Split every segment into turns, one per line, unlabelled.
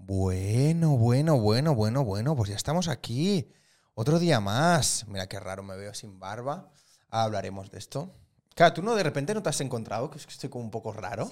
Bueno, bueno, bueno, bueno, bueno, pues ya estamos aquí. Otro día más. Mira qué raro me veo sin barba. Ahora hablaremos de esto. Claro, tú no de repente no te has encontrado, que es que estoy como un poco raro.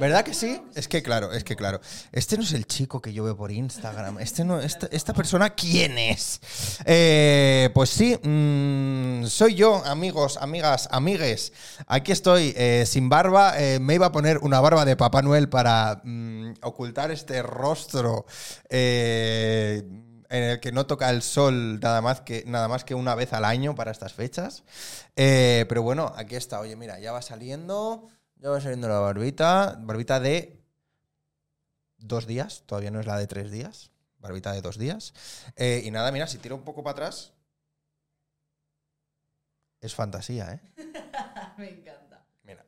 ¿Verdad que sí? Es que claro, es que claro. Este no es el chico que yo veo por Instagram. Este no, esta, esta persona, ¿quién es? Eh, pues sí, mm, soy yo, amigos, amigas, amigues. Aquí estoy eh, sin barba. Eh, me iba a poner una barba de Papá Noel para mm, ocultar este rostro. eh, en el que no toca el sol nada más que, nada más que una vez al año para estas fechas. Eh, pero bueno, aquí está. Oye, mira, ya va saliendo. Ya va saliendo la barbita. Barbita de dos días. Todavía no es la de tres días. Barbita de dos días. Eh, y nada, mira, si tiro un poco para atrás. Es fantasía, ¿eh?
Me encanta.
Mira.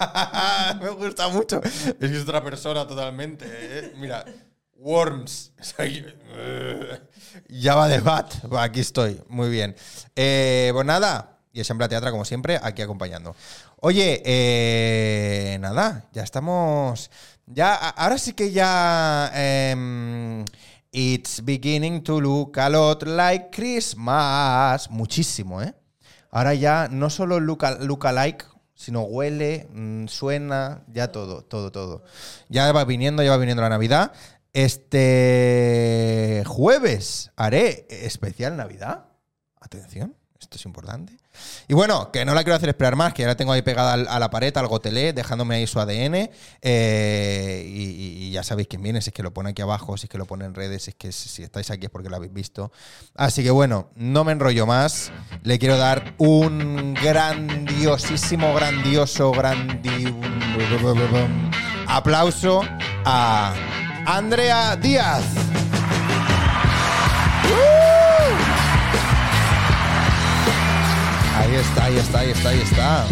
Me gusta mucho. Es que es otra persona totalmente. ¿eh? Mira. Worms. Soy- ya va de bat. Va, Aquí estoy. Muy bien. Eh, pues nada. Y es en Teatra, como siempre, aquí acompañando. Oye, eh, nada, ya estamos. Ya, a- ahora sí que ya. em, it's beginning to look a lot like Christmas. Muchísimo, ¿eh? Ahora ya no solo luca- lookalike, sino huele, mm, suena, ya todo, todo, todo. Ya va viniendo, ya va viniendo la Navidad. Este jueves haré especial Navidad. Atención, esto es importante. Y bueno, que no la quiero hacer esperar más, que ya la tengo ahí pegada al- a la pared, al gotelé, dejándome ahí su ADN. eh, y, y- y ya sabéis quién viene, si es que lo pone aquí abajo, si es que lo pone en redes, si es que si, si estáis aquí es porque lo habéis visto. Así que bueno, no me enrollo más. Le quiero dar un grandiosísimo, grandioso, grandi... aplauso a Andrea Díaz. Ahí está, ahí está, ahí está, ahí está.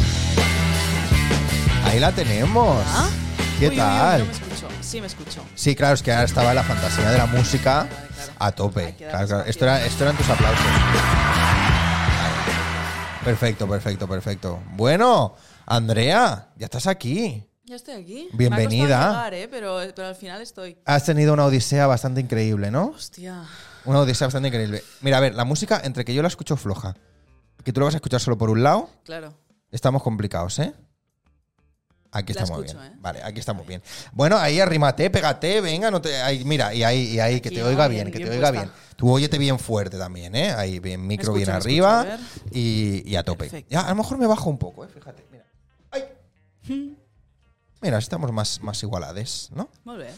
Ahí la tenemos.
¿Ah?
¿Qué
Uy, uy, uy,
tal?
no me escucho. Sí, me escucho.
Sí, claro, es que ahora estaba la fantasía de la música
claro.
a
Hay
tope.
que
Claro,
dar
claro.
espacio.
Esto, era- esto eran tus aplausos. Perfecto, perfecto, perfecto. Bueno, Andrea, ya estás aquí.
Ya estoy aquí.
Bienvenida.
Me ha costado llegar, ¿eh? pero, pero al final estoy.
Has tenido una odisea bastante increíble, ¿no?
Hostia.
Una odisea bastante increíble. Mira, a ver, la música, entre que yo la escucho floja, que tú la vas a escuchar solo por un lado,
Claro.
Estamos complicados, ¿eh? Aquí
La
estamos
escucho,
bien.
¿eh?
Vale, aquí estamos bien. Bueno, ahí arrímate, pégate, venga, no te, ahí, mira, y ahí, y ahí, que
Aquí,
te
¿no?
oiga bien,
Bien,
que te
bien
oiga
puesta.
bien. Tú óyete bien fuerte también, ¿eh? Ahí, bien, micro
Me
bien
escucho, me
arriba
escucho,
y, y a tope.
Perfecto.
Ya, a lo mejor me bajo un poco, ¿eh? Fíjate, mira. ¡Ay! Mira, estamos más, más igualades, ¿no?
Muy bien.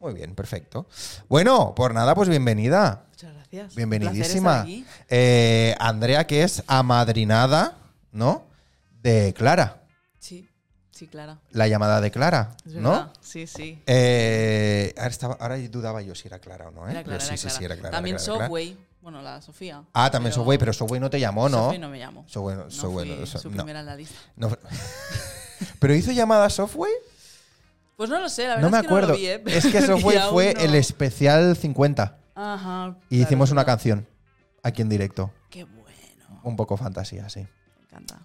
Muy bien, perfecto. Bueno, por nada, pues bienvenida.
Muchas gracias.
Bienvenidísima.
Un placer estar aquí.
Eh, Andrea, que es amadrinada, ¿no? De Clara.
Sí, sí, Clara.
La llamada de Clara,
Es
¿no?
verdad. Sí, sí.
Eh, ahora, estaba, ahora dudaba yo si era Clara o no, ¿eh?
Era
Pero
Clara,
sí,
era
sí,
Clara.
sí, era Clara.
También
era Clara, era Clara.
Subway. Bueno, la Sofía.
Ah, también Subway, pero Subway no te llamó, ¿no?
Sofía no me llamó.
Subway no-
No
Subway
fui
no- so-
su
no.
primera en la lista.
No, pero- ¿Pero hizo llamada Softway?
Pues no lo sé, la verdad
No me
es que
acuerdo.
no lo vi, ¿eh?
Es que Softway
Y
fue
aún no-
el especial 50
Ajá.
y
claro,
hicimos
es
una
verdad.
canción aquí en directo.
Qué bueno.
Un poco fantasía, sí.
Me encanta.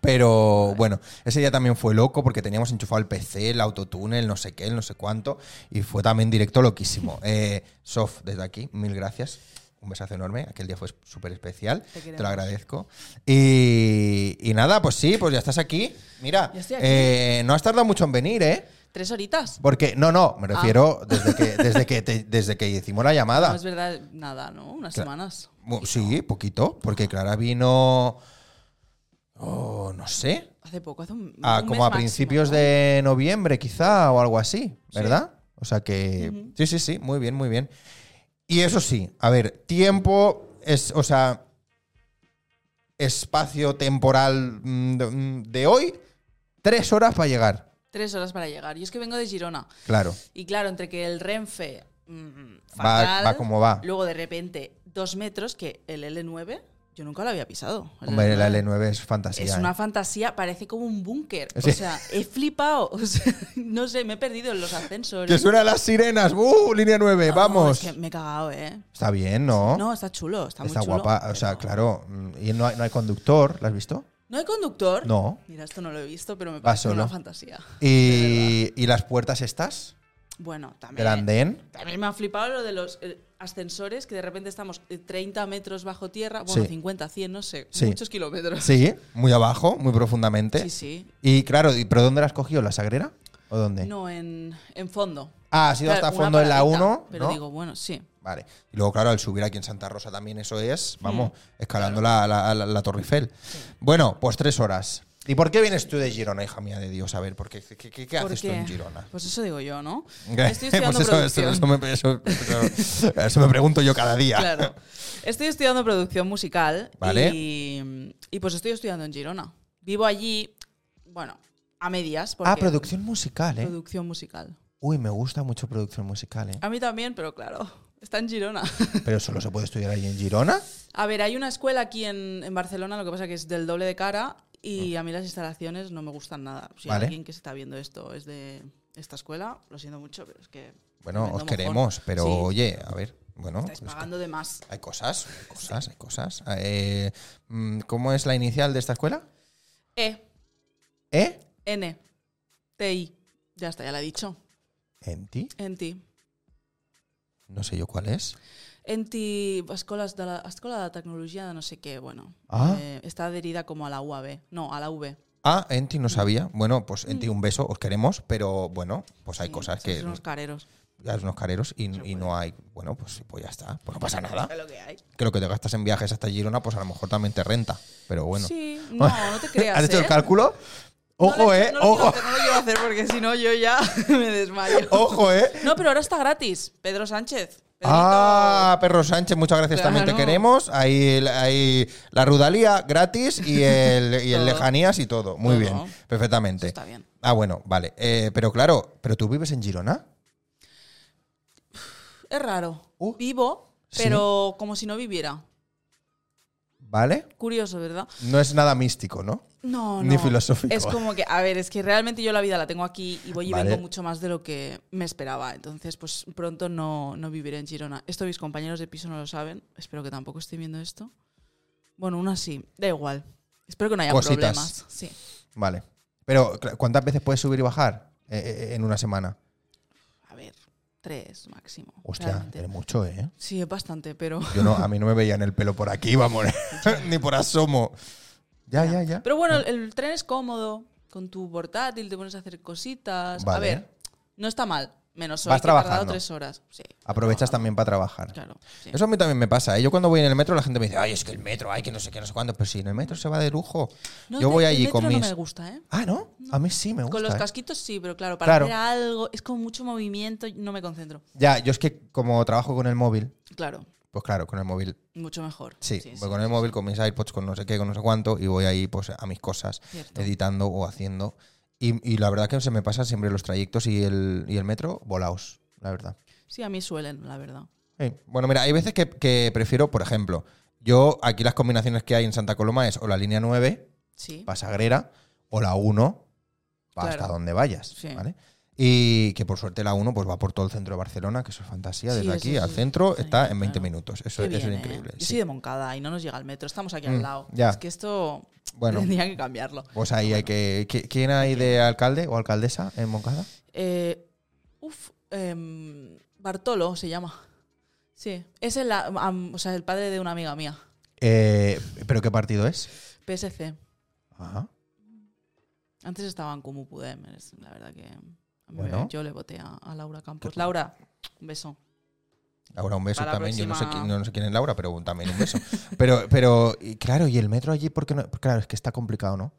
Pero bueno, ese día también fue loco porque teníamos enchufado el PC, el autotune, el no sé qué, el no sé cuánto. Y fue también directo loquísimo. Eh, Sof, desde aquí, mil gracias. Un besazo enorme. Aquel día fue súper especial.
Te
Te,
queremos.
lo agradezco. Y, y nada, pues sí, pues ya estás aquí. Mira,
Ya estoy aquí.
eh, no has tardado mucho en venir, ¿eh?
¿Tres horitas?
Porque, no, no, me
Ah.
refiero desde, que, desde, que te- desde que hicimos la llamada.
No es verdad, nada, ¿no? Unas
Claro.
semanas.
Mu- sí, poquito, porque Clara vino. Oh, no sé.
Hace poco, hace un.
Ah,
un
como
mes
a
máximo,
principios
¿no?
de noviembre, quizá, o algo así, ¿verdad? O sea que.
Ujú.
Sí, sí, sí, muy bien, muy bien. Y eso sí, a ver, tiempo es, o sea, espacio temporal mm, de, mm, de hoy, tres horas para llegar.
Tres horas para llegar. Yo es que vengo de Girona.
Claro.
Y claro, entre que el Renfe. mm,
Va,
fatal,
va como va.
Luego de repente, dos metros, que el L9, yo nunca lo había pisado. El
Hombre, la
L9.
L9 es fantasía.
Es
¿eh?
una fantasía, parece como un búnker. O
Sí.
sea, he flipado. O sea, no sé, me he perdido en los ascensores.
Que suenan las sirenas. ¡Uh! Línea 9,
No,
vamos.
es que me he cagado, ¿eh?
Está bien, ¿no?
No, está chulo, está,
Está
muy chulo.
guapa. O sea,
pero-
claro. mm, Y no hay, no hay conductor, ¿la has visto?
¿No hay conductor?
No.
Mira, esto no lo he visto, pero me
Va
parece
solo.
una fantasía.
Y, y las puertas estas.
Bueno, también.
del andén.
También me ha flipado lo de los eh, ascensores, que de repente estamos eh, 30 metros bajo tierra, bueno,
Sí.
50, 100, no sé,
Sí.
muchos kilómetros.
Sí, muy abajo, muy profundamente.
sí. sí.
Y claro, ¿y- ¿pero dónde la has cogido? ¿La Sagrera? ¿O dónde?
No, en, en fondo.
Ah, has ido
Claro,
hasta
una
fondo en la
paradita,
1.
Pero digo, bueno, sí.
Vale. Y luego, claro, al subir aquí en Santa Rosa también eso es,
Hmm.
vamos, escalando la, la- la- la Torre Eiffel. Bueno, pues tres horas. ¿Y por qué vienes tú de Girona, hija mía de Dios? A ver, ¿por qué, qué, qué- qué haces tú
Porque-
en Girona?
Pues eso digo yo, ¿no?
¿Qué?
Estoy estudiando
Pues eso, eso-
producción.
eso me, eso- eso- eso me pregunto yo cada día.
Claro. Estoy estudiando producción musical.
Vale.
Y, y pues estoy estudiando en Girona. Vivo allí, bueno, a medias. Porque
Ah, producción musical, ¿eh?
Producción musical.
Uy, me gusta mucho producción musical, ¿eh?
A mí también, pero claro, está en Girona.
Pero solo se puede estudiar ahí en Girona.
A ver, hay una escuela aquí en, en Barcelona, lo que pasa que es del doble de cara y a mí las instalaciones no me gustan nada. Si
Mm. Vale.
alguien que se está viendo esto es de esta escuela, lo siento mucho, pero es que...
Bueno,
tremendo
os
mojón.
queremos, pero
Sí,
oye, a ver, bueno.
estáis
pues-
pagando de más.
Hay cosas, hay cosas, hay cosas. Eh, mm, ¿Cómo es la inicial de esta escuela?
E,
¿Eh?
N, T, I. Ya está, ya la he dicho.
¿En ti?
En ti.
No sé yo cuál es.
En ti, escolas de la, escola de la tecnología de no sé qué, bueno.
Ah.
eh, está adherida como a la UAB. No, a la V.
Ah, en ti no sabía. Bueno, pues en ti un beso, os queremos, pero bueno, pues hay
Sí,
cosas
sois
que
unos careros.
ya unos careros y, y no hay. Bueno, pues, pues ya está. Pues no pasa nada.
Es lo que hay.
Que lo que te gastas en viajes hasta Girona, pues a lo mejor también te renta. Pero bueno.
Sí, no, no te creas.
¿Has hecho
¿eh?
el cálculo?
No lo
Ojo,
he
eh.
hecho, no lo quiero
ojo,
hacer, no lo quiero hacer porque si no yo ya me desmayo.
ojo, eh.
No, pero ahora está gratis. Pedro Sánchez. Pedrito.
Ah, Perro Sánchez, muchas gracias. También te
Claro.
queremos. Ahí, el- ahí la Rudalía gratis y el, y el
Todo.
Lejanías y todo. Muy
Todo.
bien, perfectamente.
Eso está bien.
Ah, bueno, vale. Eh, pero claro, ¿pero tú vives en Girona?
Es raro.
Uh.
Vivo,
Sí.
pero como si no viviera.
¿Vale?
Curioso, ¿verdad?
No es nada místico, ¿no?
No, no.
Ni filosófico.
Es como que, a ver, es que realmente yo la vida la tengo aquí y voy y
Vale.
vengo mucho más de lo que me esperaba. Entonces, pues pronto no, no viviré en Girona. Esto mis compañeros de piso no lo saben. Espero que tampoco estén viendo esto. Bueno, una sí. Da igual. Espero que no haya
Cositas.
problemas. Sí.
Vale. Pero, cl- ¿cuántas veces puedes subir y bajar eh, eh, en una semana?
A ver, tres máximo.
Hostia,
realmente.
es mucho, ¿eh?
Sí, es bastante, pero.
Yo no, a mí no me veían el pelo por aquí, vamos, ni por asomo. Ya, ya, ya.
Pero bueno, el, el tren es cómodo. Con tu portátil te pones a hacer cositas. A
Vale.
ver, no está mal. Menos hoy
Vas
que he tardado
trabajando.
tres horas. Sí.
Aprovechas también para trabajar.
Claro. sí.
Eso a mí también me pasa. ¿eh? Yo cuando voy en el metro la gente me dice, ay, es que el metro, ay, que no sé qué, no sé cuándo. Pero si en el metro se va de lujo.
No
Yo
te-
voy
el
allí
metro
con mis...
No me gusta, ¿eh?
Ah, ¿no? A mí sí me gusta.
Con los
¿eh?
casquitos sí, pero claro, para
Claro.
hacer algo es con mucho movimiento y no me concentro.
Ya, yo es que como trabajo con el móvil,
Claro,
pues claro, con el móvil.
mucho mejor.
Sí, voy con el móvil, con mis iPods, con no sé qué, con no sé cuánto, y voy ahí pues a mis cosas,
Cierto.
editando o haciendo. Y, y la verdad que se me pasan siempre los trayectos y el, y el metro volaos, la verdad.
Sí, a mí suelen, la verdad.
Sí. Bueno, mira, hay veces que, que prefiero, por ejemplo, yo aquí las combinaciones que hay en Santa Coloma es o la línea 9,
Sí.
para Sagrera o la 1 va
Claro.
hasta donde vayas.
Sí.
¿vale? Y que por suerte la 1 pues va por todo el centro de Barcelona, que eso es fantasía.
Sí,
Desde
eso
aquí al
sí.
centro
Sí,
está en 20
claro.
minutos. Eso,
Qué
eso
bien,
es
¿eh?
increíble.
Yo
sí.
soy de Moncada y no nos llega el metro, estamos aquí
Mm,
al lado.
ya.
Es que esto
Bueno.
tendría que cambiarlo.
Pues ahí hay que. ¿qui- ¿Quién hay de alcalde o alcaldesa en Moncada?
Eh, uf, em, Bartolo se llama. Sí, es el, am- o sea, el padre de una amiga mía,
Eh, ¿Pero qué partido es?
PSC.
Ajá.
Antes estaban como Pudem, es- la verdad que a mí
Bueno.
me- yo le voté a, a Laura Campos. Laura, un beso.
Laura, un beso
Para la
también. Yo no sé,
próxima.
quién, no sé quién es Laura, pero también un beso. pero, pero y claro, ¿y el metro allí? Porque no? Claro, es que está complicado, ¿no?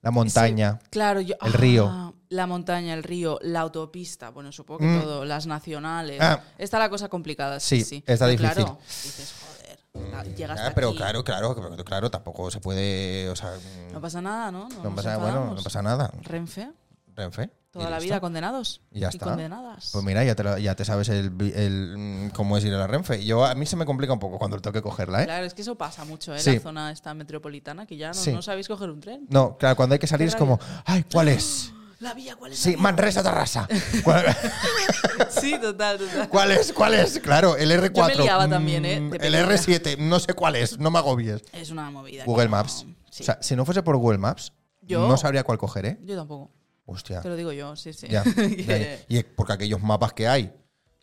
La montaña.
Claro, yo. ah,
El río.
La montaña, el río, la autopista, bueno, supongo que
Mm.
todo, las nacionales.
Ah.
Está la cosa complicada, sí,
Sí,
sí.
está
Pero
difícil.
Claro, dices, joder, ta- llegas
Ah,
hasta
pero
aquí,
claro, claro, pero claro, tampoco se puede. O sea, mm,
No pasa nada, ¿no? No,
No
nos
pasa, bueno, no
enfadamos.
pasa nada.
Renfe,
Renfe.
toda
y
la
listo.
vida condenados.
Y ya está.
condenadas.
Pues mira, ya te, lo- ya te sabes el, vi- el, mm, cómo es ir a la Renfe. Yo, a mí se me complica un poco cuando tengo que cogerla, ¿eh?
Claro, es que eso pasa mucho, ¿eh?
Sí.
La zona esta metropolitana, que ya no,
Sí.
no sabéis coger un tren.
No, claro, cuando hay que salir
Qué
es como, ay, ¿cuál es?
La vía, ¿cuál es?
Sí, Manresa Tarrasa. ¿Cuál,
la- Sí, total, total.
cuál es? ¿Cuál es? Claro, el R4.
Yo me liaba también, ¿eh?
mm,
de
El
pequeña.
R7, no sé cuál es, no me agobies.
Es una movida. que
Google
no-
Maps.
sí.
O sea, si no fuese por Google Maps,
Yo-
no sabría cuál coger, ¿eh?
yo tampoco.
Hostia.
Te lo digo yo, sí, sí.
Ya,
Que- Ah.
ya, ya. Y es porque aquellos mapas que hay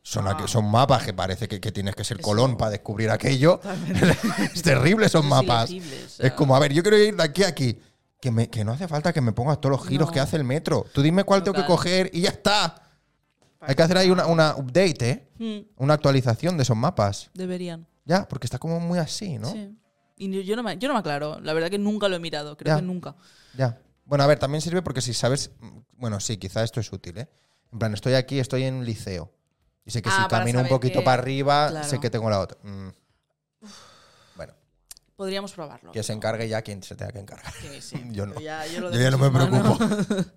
son, aqu- son mapas que parece que, que tienes que ser Colón para descubrir aquello. es terrible esos
Es
mapas.
ilegible, o sea.
Es como, a ver, yo quiero ir de aquí a aquí. Que, me- que no hace falta que me pongas todos los giros
No.
que hace el metro. Tú dime cuál tengo que
Total.
coger y ya está. Hay que hacer ahí una, una update, ¿eh?
Mm,
Una actualización de esos mapas.
deberían.
Ya, porque está como muy así, ¿no?
Sí. Y ni- yo no, me, yo no me aclaro. La verdad que nunca lo he mirado. Creo
Ya.
que nunca.
Ya. Bueno, a ver, también sirve porque si sabes. Bueno, sí, quizá esto es útil, ¿eh? En plan, estoy aquí, estoy en liceo. Y sé que
Ah,
si
para
camino un
saber
poquito
que-
para arriba,
Claro.
sé que tengo la otra. Mm. Bueno,
Podríamos probarlo.
que se encargue ya quien se tenga que encargar.
Sí, sí.
Yo no.
Pero Ya, yo lo
Yo
dejo
ya no
en
me
sus manos.
preocupo.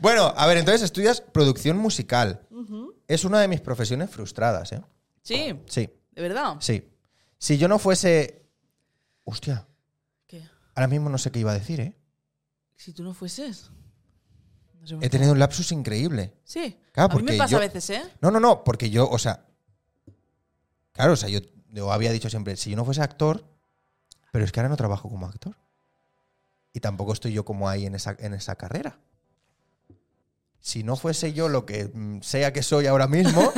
bueno, a ver, entonces estudias producción musical. Es una de mis profesiones frustradas, ¿eh?
Sí,
Sí,
de verdad.
sí. Si yo no fuese. Hostia,
¿Qué?
ahora mismo no sé qué iba a decir, ¿eh?
Si tú no fueses. Nos hemos-
He tenido un lapsus increíble.
Sí.
Claro,
a mí me
¿Eh, Ah, porque
pasa
yo-
a veces, ¿eh?
No, no, no, porque yo, o sea. Claro, o sea, yo, yo había dicho siempre, si yo no fuese actor, pero es que ahora no trabajo como actor. Y tampoco estoy yo como ahí en esa, en esa carrera. Si no fuese yo lo que mm, sea que soy ahora mismo,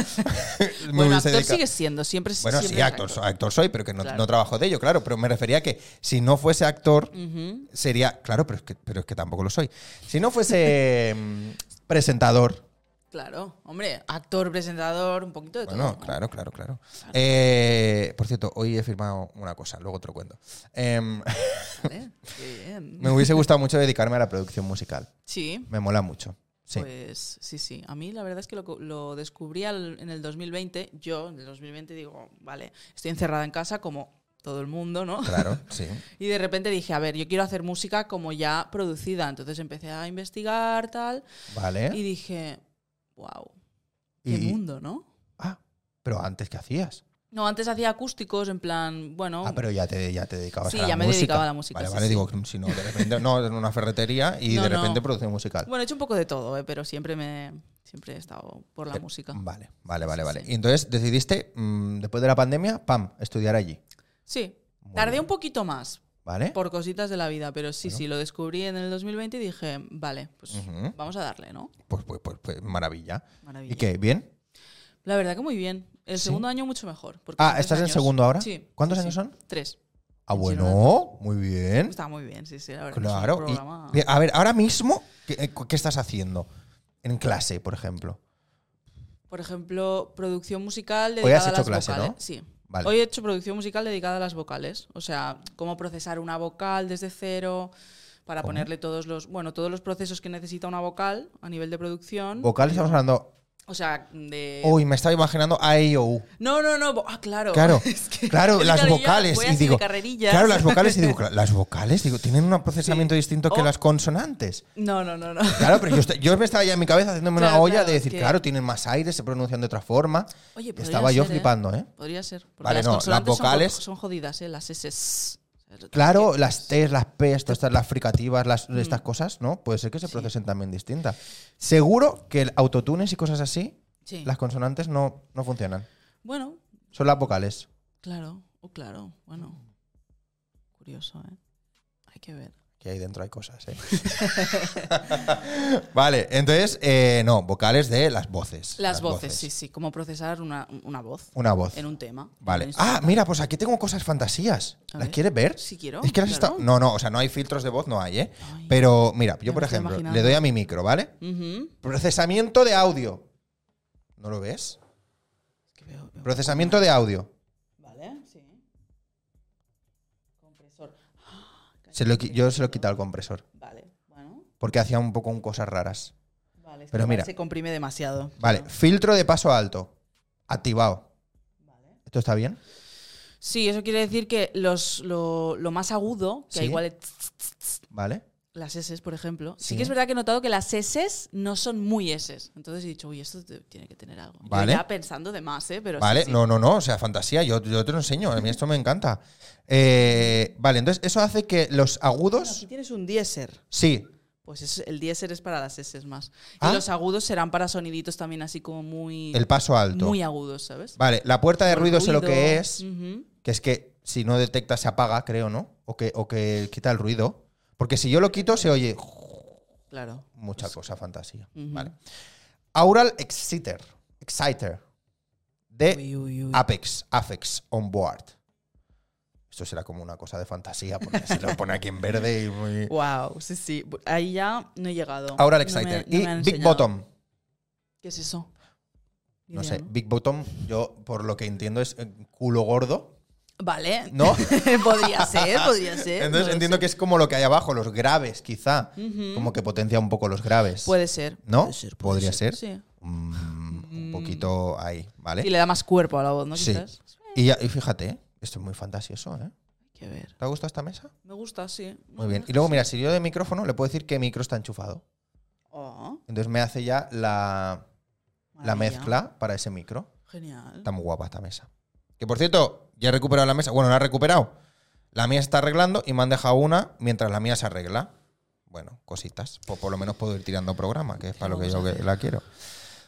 me
Bueno,
hubiese
actor
dedicado-
sigues siendo. Siempre
Bueno,
siempre
sí,
eres
actor, so- actor soy, pero que no,
Claro.
no trabajo de ello, claro. Pero me refería a que si no fuese actor,
Ujú.
sería. Claro, pero es que, pero es que tampoco lo soy. Si no fuese mm, presentador,
Claro, hombre, actor, presentador, un poquito de
Bueno,
todo. ¿no?
claro, claro, claro. Eh, por cierto, hoy he firmado una cosa, luego te lo cuento. Em,
Vale, qué bien.
me hubiese gustado mucho dedicarme a la producción musical.
Sí,
Me mola mucho. Sí.
pues sí, sí. A mí la verdad es que lo, co- lo descubrí al- en el 2020. Yo en el 2020 digo, vale, estoy encerrada en casa como todo el mundo, ¿no?
Claro, sí.
Y de repente dije, a ver, yo quiero hacer música como ya producida. Entonces empecé a investigar, tal, y
Vale.
dije, wow, qué mundo, ¿no?
Ah, pero antes, ¿qué hacías?
No, antes hacía acústicos, en plan, bueno,
Ah, pero ya te, ya te dedicabas
Sí,
a la música.
ya me dedicaba a la música,
Vale,
sí,
vale,
sí.
digo, si no, de repente, no, en una ferretería y
No,
de
no.
repente producción musical.
bueno, he hecho un poco de todo, ¿eh? pero siempre me siempre he estado por
Eh,
la música.
Vale, vale, vale,
Sí,
vale.
sí.
Y entonces decidiste, mm, después de la pandemia, pam, estudiar allí.
Sí,
Muy
tardé
bien.
un poquito más
¿Vale?
por cositas de la vida, pero sí,
Bueno.
sí, lo descubrí en el 2020 y dije, vale, pues
Ujú.
vamos a darle, ¿no?
Pues, pues, pues, pues, maravilla.
Maravilla.
¿Y qué? ¿Bien?
La verdad que muy bien. El
Sí.
segundo año mucho mejor. porque son
Ah,
tres
¿estás en
años.
segundo ahora?
Sí.
¿Cuántos
sí,
años
sí.
son?
Tres.
Ah,
Sí, no,
bueno, muy bien.
Está muy bien, sí, sí, la verdad. que es un
Claro. y-
programa-
bien, a ver, ahora mismo, ¿qué, eh, cu- qué estás haciendo? En clase, por ejemplo.
Por ejemplo, producción musical
has
dedicada a
hecho
las
clase,
vocales.
¿no?
Sí.
Vale.
Hoy he hecho producción musical dedicada a las vocales. O sea, cómo procesar una vocal desde cero para
¿Cómo?
ponerle todos los, bueno, todos los procesos que necesita una vocal a nivel de producción.
Vocales estamos hablando.
o sea, de
Uy, me estaba imaginando E AEOU.
Eh, No, no, no. bo- Ah, claro.
Claro,
Es que-
claro,
es
las
que yo
vocales.
voy
Y
así de
digo,
carrerillas.
claro, las vocales. Y digo, claro, las vocales, digo, tienen un procesamiento distinto que
Oh.
las consonantes.
No, no, no, no.
Claro, pero yo, est- yo me estaba ya en mi cabeza haciéndome una
Claro,
olla
claro,
de decir,
que-
claro, tienen más aire, se pronuncian de otra forma.
Oye, podría
estaba yo
ser, ¿eh?
flipando, ¿eh?
Podría ser. Porque
Vale,
las
no, las
consonantes son jo-
vocales-
Son, jodidas, ¿eh? Las S.
Claro, las T's, las P's, todas estas, las fricativas, las, estas cosas, ¿no? Puede ser que se
Mm. Sí.
procesen también distintas. Seguro que el autotunes y cosas así,
Sí.
las consonantes no, no funcionan.
Bueno,
Son las vocales.
claro. Oh, claro. Bueno. Curioso, ¿eh? Hay que ver.
Que ahí dentro hay cosas, ¿eh? vale, entonces, eh, no, vocales de las voces.
Las, voces, sí, sí. Cómo procesar una, una voz
Una voz.
en un tema. En
Vale.
un
Ah, mira, pues aquí tengo cosas fantasías.
A
¿Las
ver.
quieres ver?
Si quiero,
Es que las
claro.
está- No, no, o sea, no hay filtros de voz, no hay, ¿eh?
Ay.
Pero mira, yo
Ya
por
me estoy
ejemplo, le
imaginando.
doy a mi micro, ¿vale?
Ujú.
Procesamiento de audio. ¿No lo ves?
Es que veo- veo-
Procesamiento de audio.
Vale, sí. Compresor. Ah,
Se lo qui- yo se lo he quitado al compresor.
Vale, bueno.
Porque hacía un poco un cosas raras.
Vale, es
Pero
que
mira.
se comprime demasiado.
Vale,
Claro.
filtro de paso alto. Activado. ¿Esto está bien?
Sí, eso quiere decir que los, lo, lo más agudo, que
Sí.
igual es tss, tss, tss,
Vale.
las S, por ejemplo. Sí.
Sí.
que es verdad que he notado que las S no son muy S. Entonces he dicho, uy, esto te- tiene que tener algo. Yo
Vale.
ya pensando de más, ¿eh? Pero sí,
Vale,
sí.
no, no, no, o sea, fantasía, yo, yo te lo enseño, a mí esto me encanta. Eh, vale, entonces eso hace que los
Bueno,
agudos...
aquí tienes un diéser.
Sí,
Pues es- el diéser es para las S más.
Ah.
Y los agudos serán para soniditos también así como muy,
el paso alto.
muy agudos, ¿sabes?
Vale, la puerta de
Por
ruido sé lo que
ruido.
es,
Ujú.
que es que si no detecta se apaga, creo, ¿no? O que, o que quita el ruido. Porque si yo lo quito se oye...
Claro.
Mucha
Pues-
cosa, fantasía.
Ujú.
Vale. Aural Exciter. Exciter. De
Uy, uy, uy.
Apex, Apex on board. Esto será como una cosa de fantasía, porque se lo pone aquí en verde y muy.
Wow, sí, sí. Bu- Ahí ya no he llegado.
Ahora el
No me-
Exciter.
no me han
y Big
enseñado.
Bottom.
¿Qué es eso? Ni
No
idea,
sé, Big Bottom, yo por lo que entiendo es eh, culo gordo,
Vale.
¿no?
podría ser, podría ser.
Entonces entiendo que es como lo que hay abajo, los graves, quizá.
Ujú.
Como que potencia un poco los graves.
Puede ser.
¿No?
Puede ser, puede
¿Podría ser?
Sí.
Mm, un poquito ahí, ¿vale?
Y le da más cuerpo a la voz, ¿no?
Sí.
Quizás.
Y, ya- y fíjate, ¿eh? esto es muy fantasioso, ¿eh?
Hay que ver.
¿Te ha gustado esta mesa?
Me gusta, sí.
Muy bien. Y luego, mira, si yo de micrófono, le puedo decir que micro está enchufado.
Oh,
Entonces me hace ya la, la
maravilla.
mezcla para ese micro.
Genial.
Está muy guapa esta mesa. Que por cierto, ya he recuperado la mesa. Bueno, la he recuperado. La mía se está arreglando y me han dejado una mientras la mía se arregla. Bueno, cositas. Pues por lo menos puedo ir tirando programa, que es para lo que yo
vamos a
que la quiero.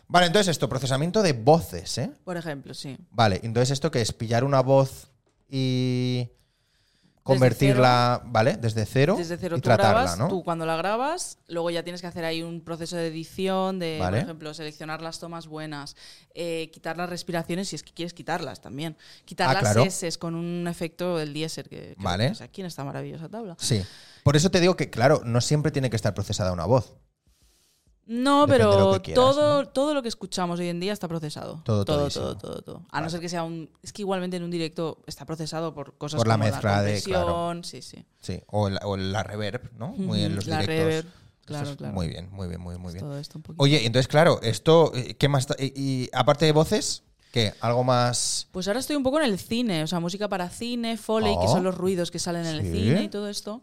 Vale, entonces esto, procesamiento de voces, ¿eh?
Por ejemplo, sí.
Vale, entonces esto que es pillar una voz y convertirla, ¿vale? Desde cero,
Desde cero
y
tú
tratarla,
grabas,
¿no?
tú cuando la grabas, luego ya tienes que hacer ahí un proceso de edición, de,
Vale.
por ejemplo, seleccionar las tomas buenas, eh, quitar las respiraciones, si es que quieres quitarlas también, quitar
Ah,
las
claro.
S con un efecto del diésel que, que
Vale.
lo tienes aquí en esta maravillosa tabla.
Sí. Por eso te digo que, claro, no siempre tiene que estar procesada una voz.
No,
Depende de lo
pero
que quieras,
todo, todo lo que escuchamos hoy en día está procesado.
Todo,
todo,
todísimo.
todo, todo, todo. A no ser que sea un. Es que igualmente en un directo está procesado por cosas
Por la
como
mezcla de-
compresión,
claro.
sí, sí.
Sí. O la, o la reverb, ¿no? Muy en
Ujú,
los
la
directos.
reverb,
Esto
claro,
es
claro.
Muy bien, muy bien, muy, muy bien.
Todo esto un poquito.
Oye, entonces, claro, esto, eh, ¿qué más? ta- Y, y aparte de voces, ¿qué? ¿Algo más?
Pues ahora estoy un poco en el cine, o sea, música para cine, foley,
Ah.
que son los ruidos que salen en
Sí.
el cine y todo esto.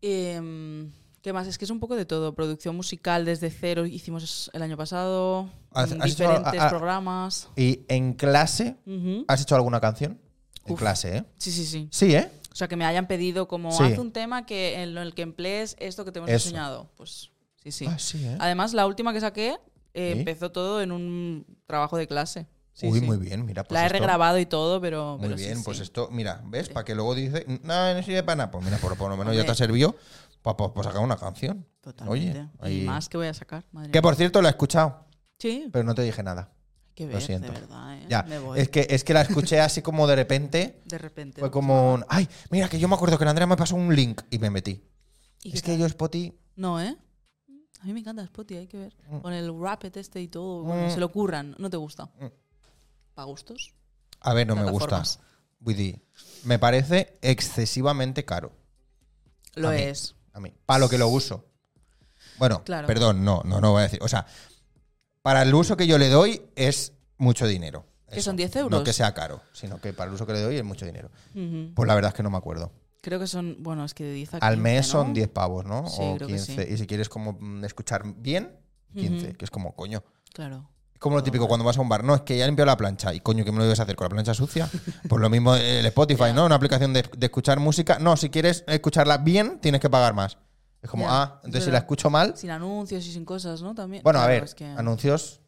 Em, ¿Qué más? Es que es un poco de todo. Producción musical desde cero hicimos el año pasado,
Has-
mm,
has hecho-
diferentes
ah, ah.
programas.
¿Y en clase?
Ujú.
¿Has hecho alguna canción? En
Uf.
clase, ¿eh?
Sí, sí, sí.
Sí, ¿eh?
O sea, que me hayan pedido como
Sí.
haz un tema que en lo- el que emplees esto que te hemos
Eso.
enseñado. Pues sí, sí.
Ah, sí, ¿eh?
Además, la última que saqué eh,
¿Sí?
empezó todo en un trabajo de clase. Sí,
Uy,
sí.
muy bien, mira. Pues
la he
esto-
regrabado y todo, pero.
Muy
pero sí,
bien, pues
sí.
esto, mira, ¿ves? Para que luego dices, no, no sirve para nada. Pues mira, por, por lo menos ya te
Hombre.
ha servido para sacar una canción.
Totalmente.
Oye,
y
ahí-
más que voy a sacar, madre
Que
mía.
por cierto, la he escuchado,
Sí,
pero no te dije nada.
hay que ver,
siento.
de verdad, ¿eh?
Ya,
Me voy.
es que, es que la escuché así como de repente.
de repente.
Fue como, un, ay, mira, que yo me acuerdo que la Andrea me pasó un link y me metí.
¿Y
Es
qué
que yo Spotify
tal? No, ¿eh? A mí me encanta Spotty, hay que ver. Con el Rapid este y todo, bueno,
Mm.
se lo curran. No te gusta. ¿Para gustos?
A ver, no me gusta.
Plataformas.
Vull dir, me parece excesivamente caro.
Lo
A mí.
es.
A mí. Para lo que lo uso. Bueno,
Claro.
perdón, no, no, no voy a decir. O sea, para el uso que yo le doy es mucho dinero.
¿Que
Eso.
son 10 euros?
No que sea caro, sino que para el uso que le doy es mucho dinero.
Ujú.
Pues la verdad es que no me acuerdo.
Creo que son, bueno, es que de 10 a 15,
Al mes
¿no?
son 10 pavos, ¿no?
Sí,
o
creo que
15. Y si quieres como mm, escuchar bien, 15, que es como coño.
Claro.
Es como lo típico cuando vas a un bar, no, es que ya limpiado la plancha y coño, ¿qué me lo debes hacer con la plancha sucia? Pues lo mismo el Spotify, ¿no? Una aplicación de, de escuchar música. No, si quieres escucharla bien, tienes que pagar más. Es como,
Ya,
ah,
es
entonces si la
verdad.
escucho mal.
Sin anuncios y sin cosas, ¿no? También.
Bueno,
Claro,
a ver,
es que
anuncios.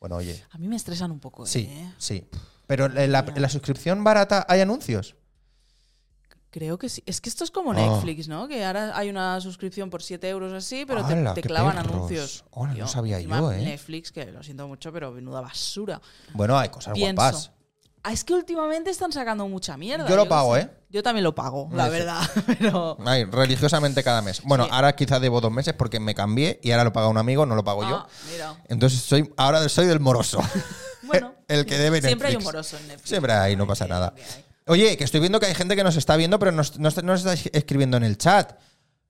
Bueno, oye,
a mí me estresan un poco,
sí,
¿eh?
sí. Pero en la,
mía.
en la suscripción barata hay anuncios.
Creo que sí. Es que esto es como
Ah.
Netflix, ¿no? Que ahora hay una suscripción por 7 euros así, pero te-
¡Hala,
te,
qué
clavan
perros!
anuncios.
Hola,
Tío,
no sabía
encima
yo, ¿eh?
Netflix, que lo siento mucho, pero menuda basura.
Bueno, hay cosas
Pienso.
guapas.
Ah, es que últimamente están sacando mucha mierda.
Yo lo
qué
pago,
sé.
¿eh?
Yo también lo pago,
Me
la
dice-
verdad. Pero.
Ay, religiosamente cada mes. Bueno,
Sí.
ahora quizás debo dos meses porque me cambié y ahora lo paga un amigo, no lo pago yo.
Ah, mira.
Entonces soy, ahora soy del moroso.
Bueno.
El que debe
Siempre hay un
Netflix.
moroso en Netflix.
Siempre ahí no pasa
Ay,
nada.
que hay.
Oye, que estoy viendo que hay gente que nos está viendo, pero nos- no, está- no nos está escribiendo en el chat.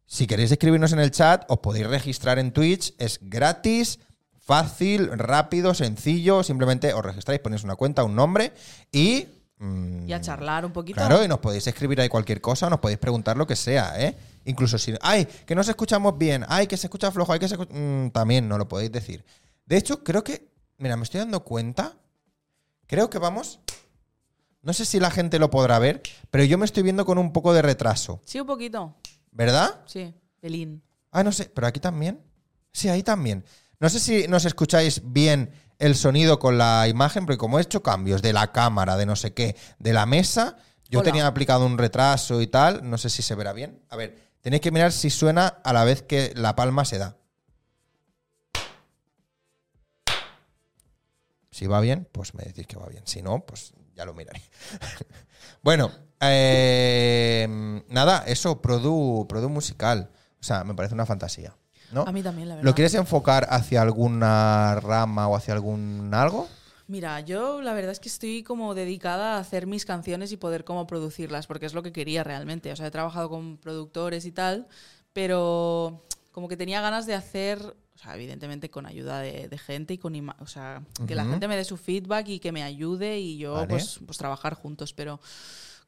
Si queréis escribirnos en el chat, os podéis registrar en Twitch. Es gratis, fácil, rápido, sencillo. Simplemente os registráis, ponéis una cuenta, un nombre y. mm,
Y a charlar un poquito.
Claro, y nos podéis escribir ahí cualquier cosa, nos podéis preguntar lo que sea, ¿eh? Incluso si, ay, que nos escuchamos bien, ay, que se escucha flojo, ay, que se escu- mm, también no lo podéis decir. De hecho, creo que, mira, me estoy dando cuenta, creo que vamos, no sé si la gente lo podrá ver, pero yo me estoy viendo con un poco de retraso,
Sí, un poquito.
¿verdad?
Sí. Pelín.
Ah, no sé, pero aquí también. Sí, ahí también. No sé si nos escucháis bien el sonido con la imagen, porque como he hecho cambios de la cámara, de no sé qué, de la mesa, yo
Hola.
tenía aplicado un retraso y tal. No sé si se verá bien. A ver, Tenéis que mirar si suena a la vez que la palma se da. Si va bien, pues me decís que va bien. Si no, pues ya lo miraré. bueno, eh, nada, eso, produ, produ musical. O sea, me parece una fantasía. ¿no?
A mí también, la verdad.
¿Lo quieres enfocar hacia alguna rama o hacia algún algo?
Mira, yo la verdad es que estoy como dedicada a hacer mis canciones y poder como producirlas, porque es lo que quería realmente. O sea, he trabajado con productores y tal, pero como que tenía ganas de hacer, o sea, evidentemente con ayuda de, de gente y con, ima- o sea, que la
Ujú.
gente me dé su feedback y que me ayude y yo
Vale.
pues, pues trabajar juntos, pero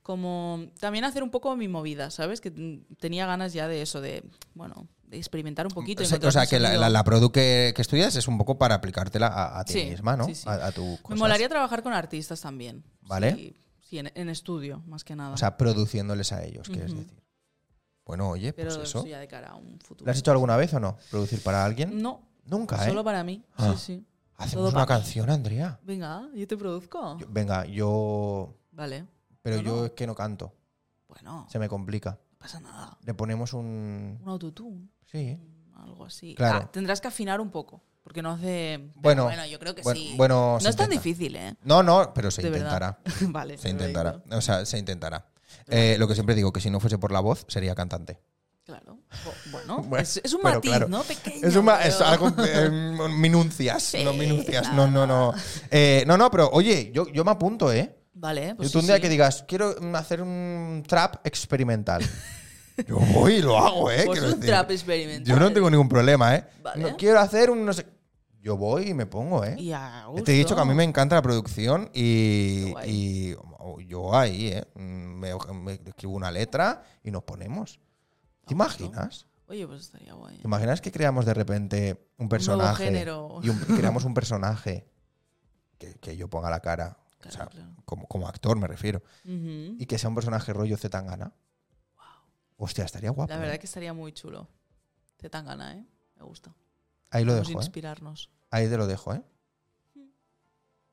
como también hacer un poco mi movida, ¿sabes? Que mm, tenía ganas ya de eso, de, bueno, de experimentar un poquito.
O sea,
encontrar
o sea,
mi
que la,
sonido.
la, la produ que, que estudias es un poco para aplicártela a, a ti
Sí,
misma, ¿no?
sí, sí.
A, a tu
Me
cosas.
molaría trabajar con artistas también.
Vale.
Sí, sí, en, en estudio, más que nada.
O sea, produciéndoles a ellos, quieres
Ujú.
decir. Bueno, oye,
pero
pues
eso
eso.
ya de cara a un futuro.
¿Lo has hecho alguna vez o no? ¿Producir para alguien?
No,
Nunca, ¿eh?
Mm, solo para mí.
Ah.
Sí, sí.
Hacemos
todo
una
para-
canción, Andrea.
Venga, yo te produzco.
Yo- venga, yo.
Vale.
Pero
No,
yo
no.
es que no canto.
Bueno,
Se me complica.
no pasa nada.
Le ponemos un.
Un autotune,
Sí.
algo así.
Claro.
Ah, tendrás que afinar un poco, porque no hace... pero
Bueno,
bueno, yo creo que
Bueno,
sí.
bueno,
no
se
es tan
intenta.
difícil, ¿eh?
No, no, pero se
De
intentará.
verdad. vale.
Se intentará.
perfecto.
O sea, se intentará. Eh, lo que siempre digo, que si no fuese por la voz, sería cantante.
Claro. Bu- Bueno,
Bueno,
es, es un
pero
matiz,
claro.
¿no? Pequeño.
Es, una, es
pero-
algo. eh, minuncias. no,
Sí,
minuncias. No, no, no. Eh, no, no, pero oye, yo, yo me apunto, ¿eh?
Vale,
Yo
pues
tú un
sí,
día
sí.
que digas, quiero mm, hacer un trap experimental. yo voy y lo hago, ¿eh?
Pues
Quiero
un
decir,
trap experimental.
Yo no tengo ningún problema, ¿eh?
Vale.
No quiero hacer un no sé. Yo voy y me pongo, ¿eh?
Y a
Te he dicho
gusto.
que a mí me encanta la producción
Qué
y,
guay.
y o- yo ahí, ¿eh? Mm, Me, me escribo una letra y nos ponemos. ¿Te
A gusto.
imaginas?
Oye, pues estaría guay. ¿eh?
¿Te imaginas que creamos de repente un personaje?
género.
Y, un- y creamos un personaje que, que yo ponga la cara. O
Claro,
sea,
claro.
como, como actor me refiero.
Ujú.
Y que sea un personaje rollo Zetangana. Hostia, estaría guapo.
La
¿eh?
verdad que estaría muy chulo. Te tan gana, ¿eh? Me gusta.
Ahí lo
Vamos a
dejo, ¿eh?
inspirarnos.
Ahí te lo dejo, ¿eh?
Mm.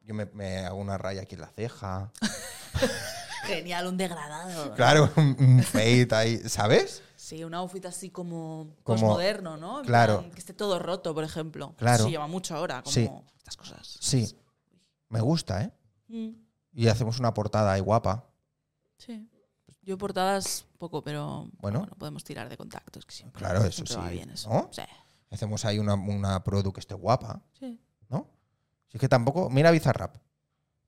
Yo me, me hago una raya aquí en la ceja.
Genial, un degradado.
Claro, un, un fade ahí, ¿sabes?
Sí, un outfit así como,
Como-
postmoderno, ¿no? En
claro.
plan, que esté todo roto, por ejemplo.
Claro.
Se lleva mucho ahora, como
Sí.
estas cosas.
Sí. Me gusta, ¿eh?
Mm,
Y hacemos una portada ahí guapa.
sí. Yo portadas poco, pero
Bueno.
podemos tirar de contactos. Que siempre,
Claro, eso
siempre va
sí,
bien eso.
¿no?
Sí,
Hacemos ahí una, una produ que esté guapa,
sí.
¿no? Si es que tampoco. Mira Bizarrap.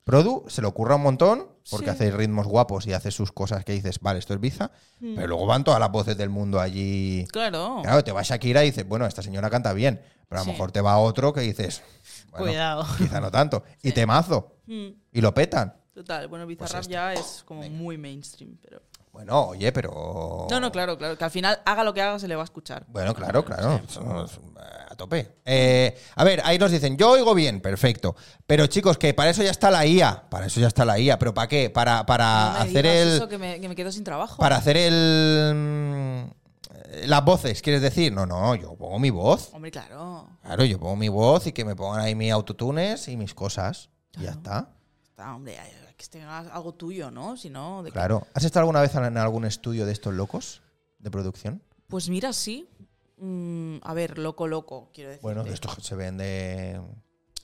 Produ se le ocurra un montón porque
Sí.
hace ritmos guapos y hace sus cosas que dices, vale, esto es Biza.
Mm.
Pero luego van todas las voces del mundo allí.
Claro.
Claro, te va Shakira y dices, bueno, esta señora canta bien, pero a lo
Sí.
mejor te va otro que dices, bueno,
Cuidado.
quizá no tanto, y temazo,
Mm,
y lo petan.
Total, bueno, Bizarrap
Pues esto.
ya es como muy mainstream, pero...
Bueno, oye, pero...
No, no, claro, claro. Que al final, haga lo que haga, se le va a escuchar.
Oh. Bueno, claro, claro, somos, eh, a tope. Eh, a ver, ahí nos dicen, yo oigo bien, perfecto, pero chicos, que para eso ya está la IA, para eso ya está la IA, pero ¿para qué? Para, para
No me
hacer
digas
el...
eso, que me, que me quedo sin trabajo.
Para hacer el... mm, Las voces, ¿quieres decir? No, no, yo pongo mi voz.
Hombre, claro.
Claro, yo pongo mi voz y que me pongan ahí mis autotunes y mis cosas. Y ya está.
Está, hombre, ay, ay, que tengas algo tuyo, ¿no? Si no, ¿de qué?
Claro. ¿Has estado alguna vez en algún estudio de estos locos de producción?
Pues mira, sí. Mm, a ver, loco, loco, quiero decir.
Bueno, de estos que se vende.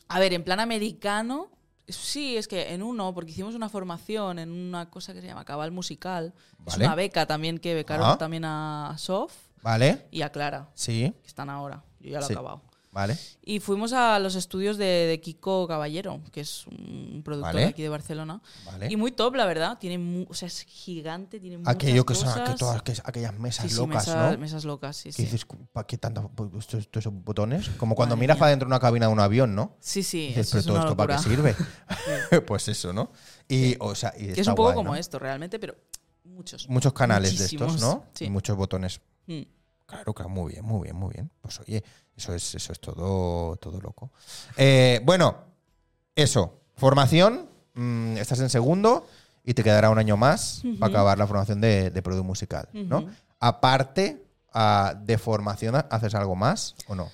A ver, en plan americano, sí, es que en uno, porque hicimos una formación en una cosa que se llama Cabal Musical. Es
Vale.
una beca también que becaron
Ah.
también a Sof
¿Vale?
y a Clara,
Sí.
que están ahora. Yo ya lo
Sí.
he acabado.
Vale.
Y fuimos a los estudios de, de Kiko Caballero, que es un productor
Vale.
de aquí de Barcelona.
Vale.
Y muy top, la verdad. Tiene mu- o sea, es gigante, tiene
Aquello que
muchas
son
cosas.
aqu- todas aqu- aquellas mesas
Sí, sí,
locas,
mesas,
¿no?
mesas locas, sí,
Que
sí.
dices, ¿para qué tantos estos, estos botones? Como cuando
Madre
miras
mía.
para dentro de una cabina de un avión, ¿no?
Sí, sí,
Dices,
eso
pero
es
todo
una
esto para qué
locura.
sirve. pues eso, ¿no? Y, o sea, y
Que es
está
un poco
guay,
como
¿no?
esto, realmente, pero muchos.
Muchos canales de estos,
Muchísimos,
¿no?
sí.
Y muchos botones.
Mm.
Claro, claro, muy bien, muy bien, muy bien. Pues oye, eso es, eso es todo, todo loco. Eh, bueno, eso, formación, mm, estás en segundo y te quedará un año más para acabar la formación de, de Produ Musical, ¿no?
Ujú.
Aparte ah, de formación, ¿haces algo más o no?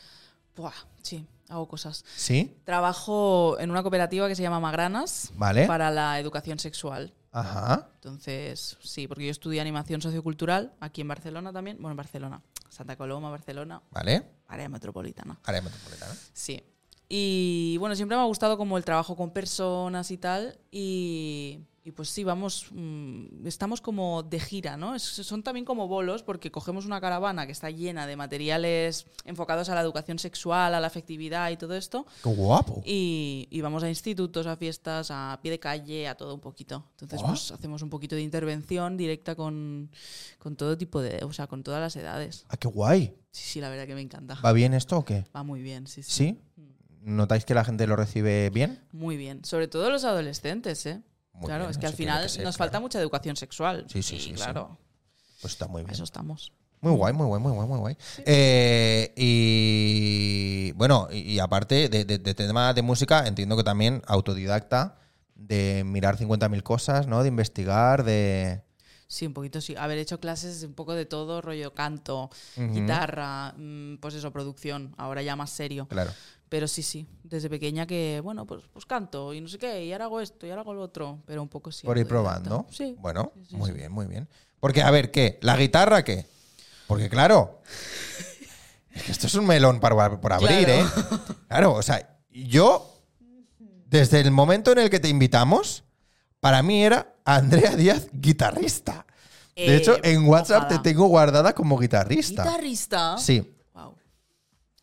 Buah, sí, hago cosas.
¿Sí?
Trabajo en una cooperativa que se llama Magranas
¿Vale?
para la educación sexual.
Ajá.
Entonces, sí, porque yo estudié animación sociocultural aquí en Barcelona también. Bueno, en Barcelona. Santa Coloma, Barcelona,
Vale.
área metropolitana.
Área metropolitana.
Sí. Y bueno, siempre me ha gustado como el trabajo con personas y tal. Y, y pues sí, vamos, mm, estamos como de gira, ¿no? Es- son también como bolos porque cogemos una caravana que está llena de materiales enfocados a la educación sexual, a la afectividad y todo esto.
Qué guapo.
Y, y vamos a institutos, a fiestas, a pie de calle, a todo un poquito. Entonces,
Guau.
pues hacemos un poquito de intervención directa con, con todo tipo de, o sea, con todas las edades.
Ah, qué guay.
Sí, sí, la verdad que me encanta.
¿Va bien esto o qué?
Va muy bien, sí, sí.
¿Sí?
Mm.
¿Notáis que la gente lo recibe bien?
Muy bien. Sobre todo los adolescentes, ¿eh?
Muy
claro,
bien,
es que
eso
al
tiene
final
que ser,
nos
claro.
falta mucha educación sexual.
Sí, sí,
Y
sí, sí.
Claro,
Pues está muy
a
bien.
eso estamos.
Muy guay, muy guay, muy guay, muy guay. Eh, y bueno, y, y aparte de, de- de tema de música, entiendo que también autodidacta, de mirar 50.000 cosas, ¿no? De investigar, de...
Sí, un poquito sí. Haber hecho clases un poco de todo, rollo canto,
Ujú.
guitarra, mm, pues eso, producción, ahora ya más serio.
Claro.
Pero sí, sí, desde pequeña que, bueno, pues, pues canto y no sé qué, y ahora hago esto, y ahora hago lo otro, pero un poco sí.
Por ir
autodidacta.
probando.
Sí.
Bueno,
Sí, sí,
muy
sí.
bien, muy bien. Porque, a ver, ¿qué? ¿La guitarra qué? Porque, claro, es que esto es un melón para, por abrir,
Claro.
¿eh? Claro, o sea, yo, desde el momento en el que te invitamos, para mí era Andrea Díaz guitarrista. De
Eh,
hecho, en WhatsApp
ojalá.
te tengo guardada como guitarrista.
¿Guitarrista?
Sí,
Guau.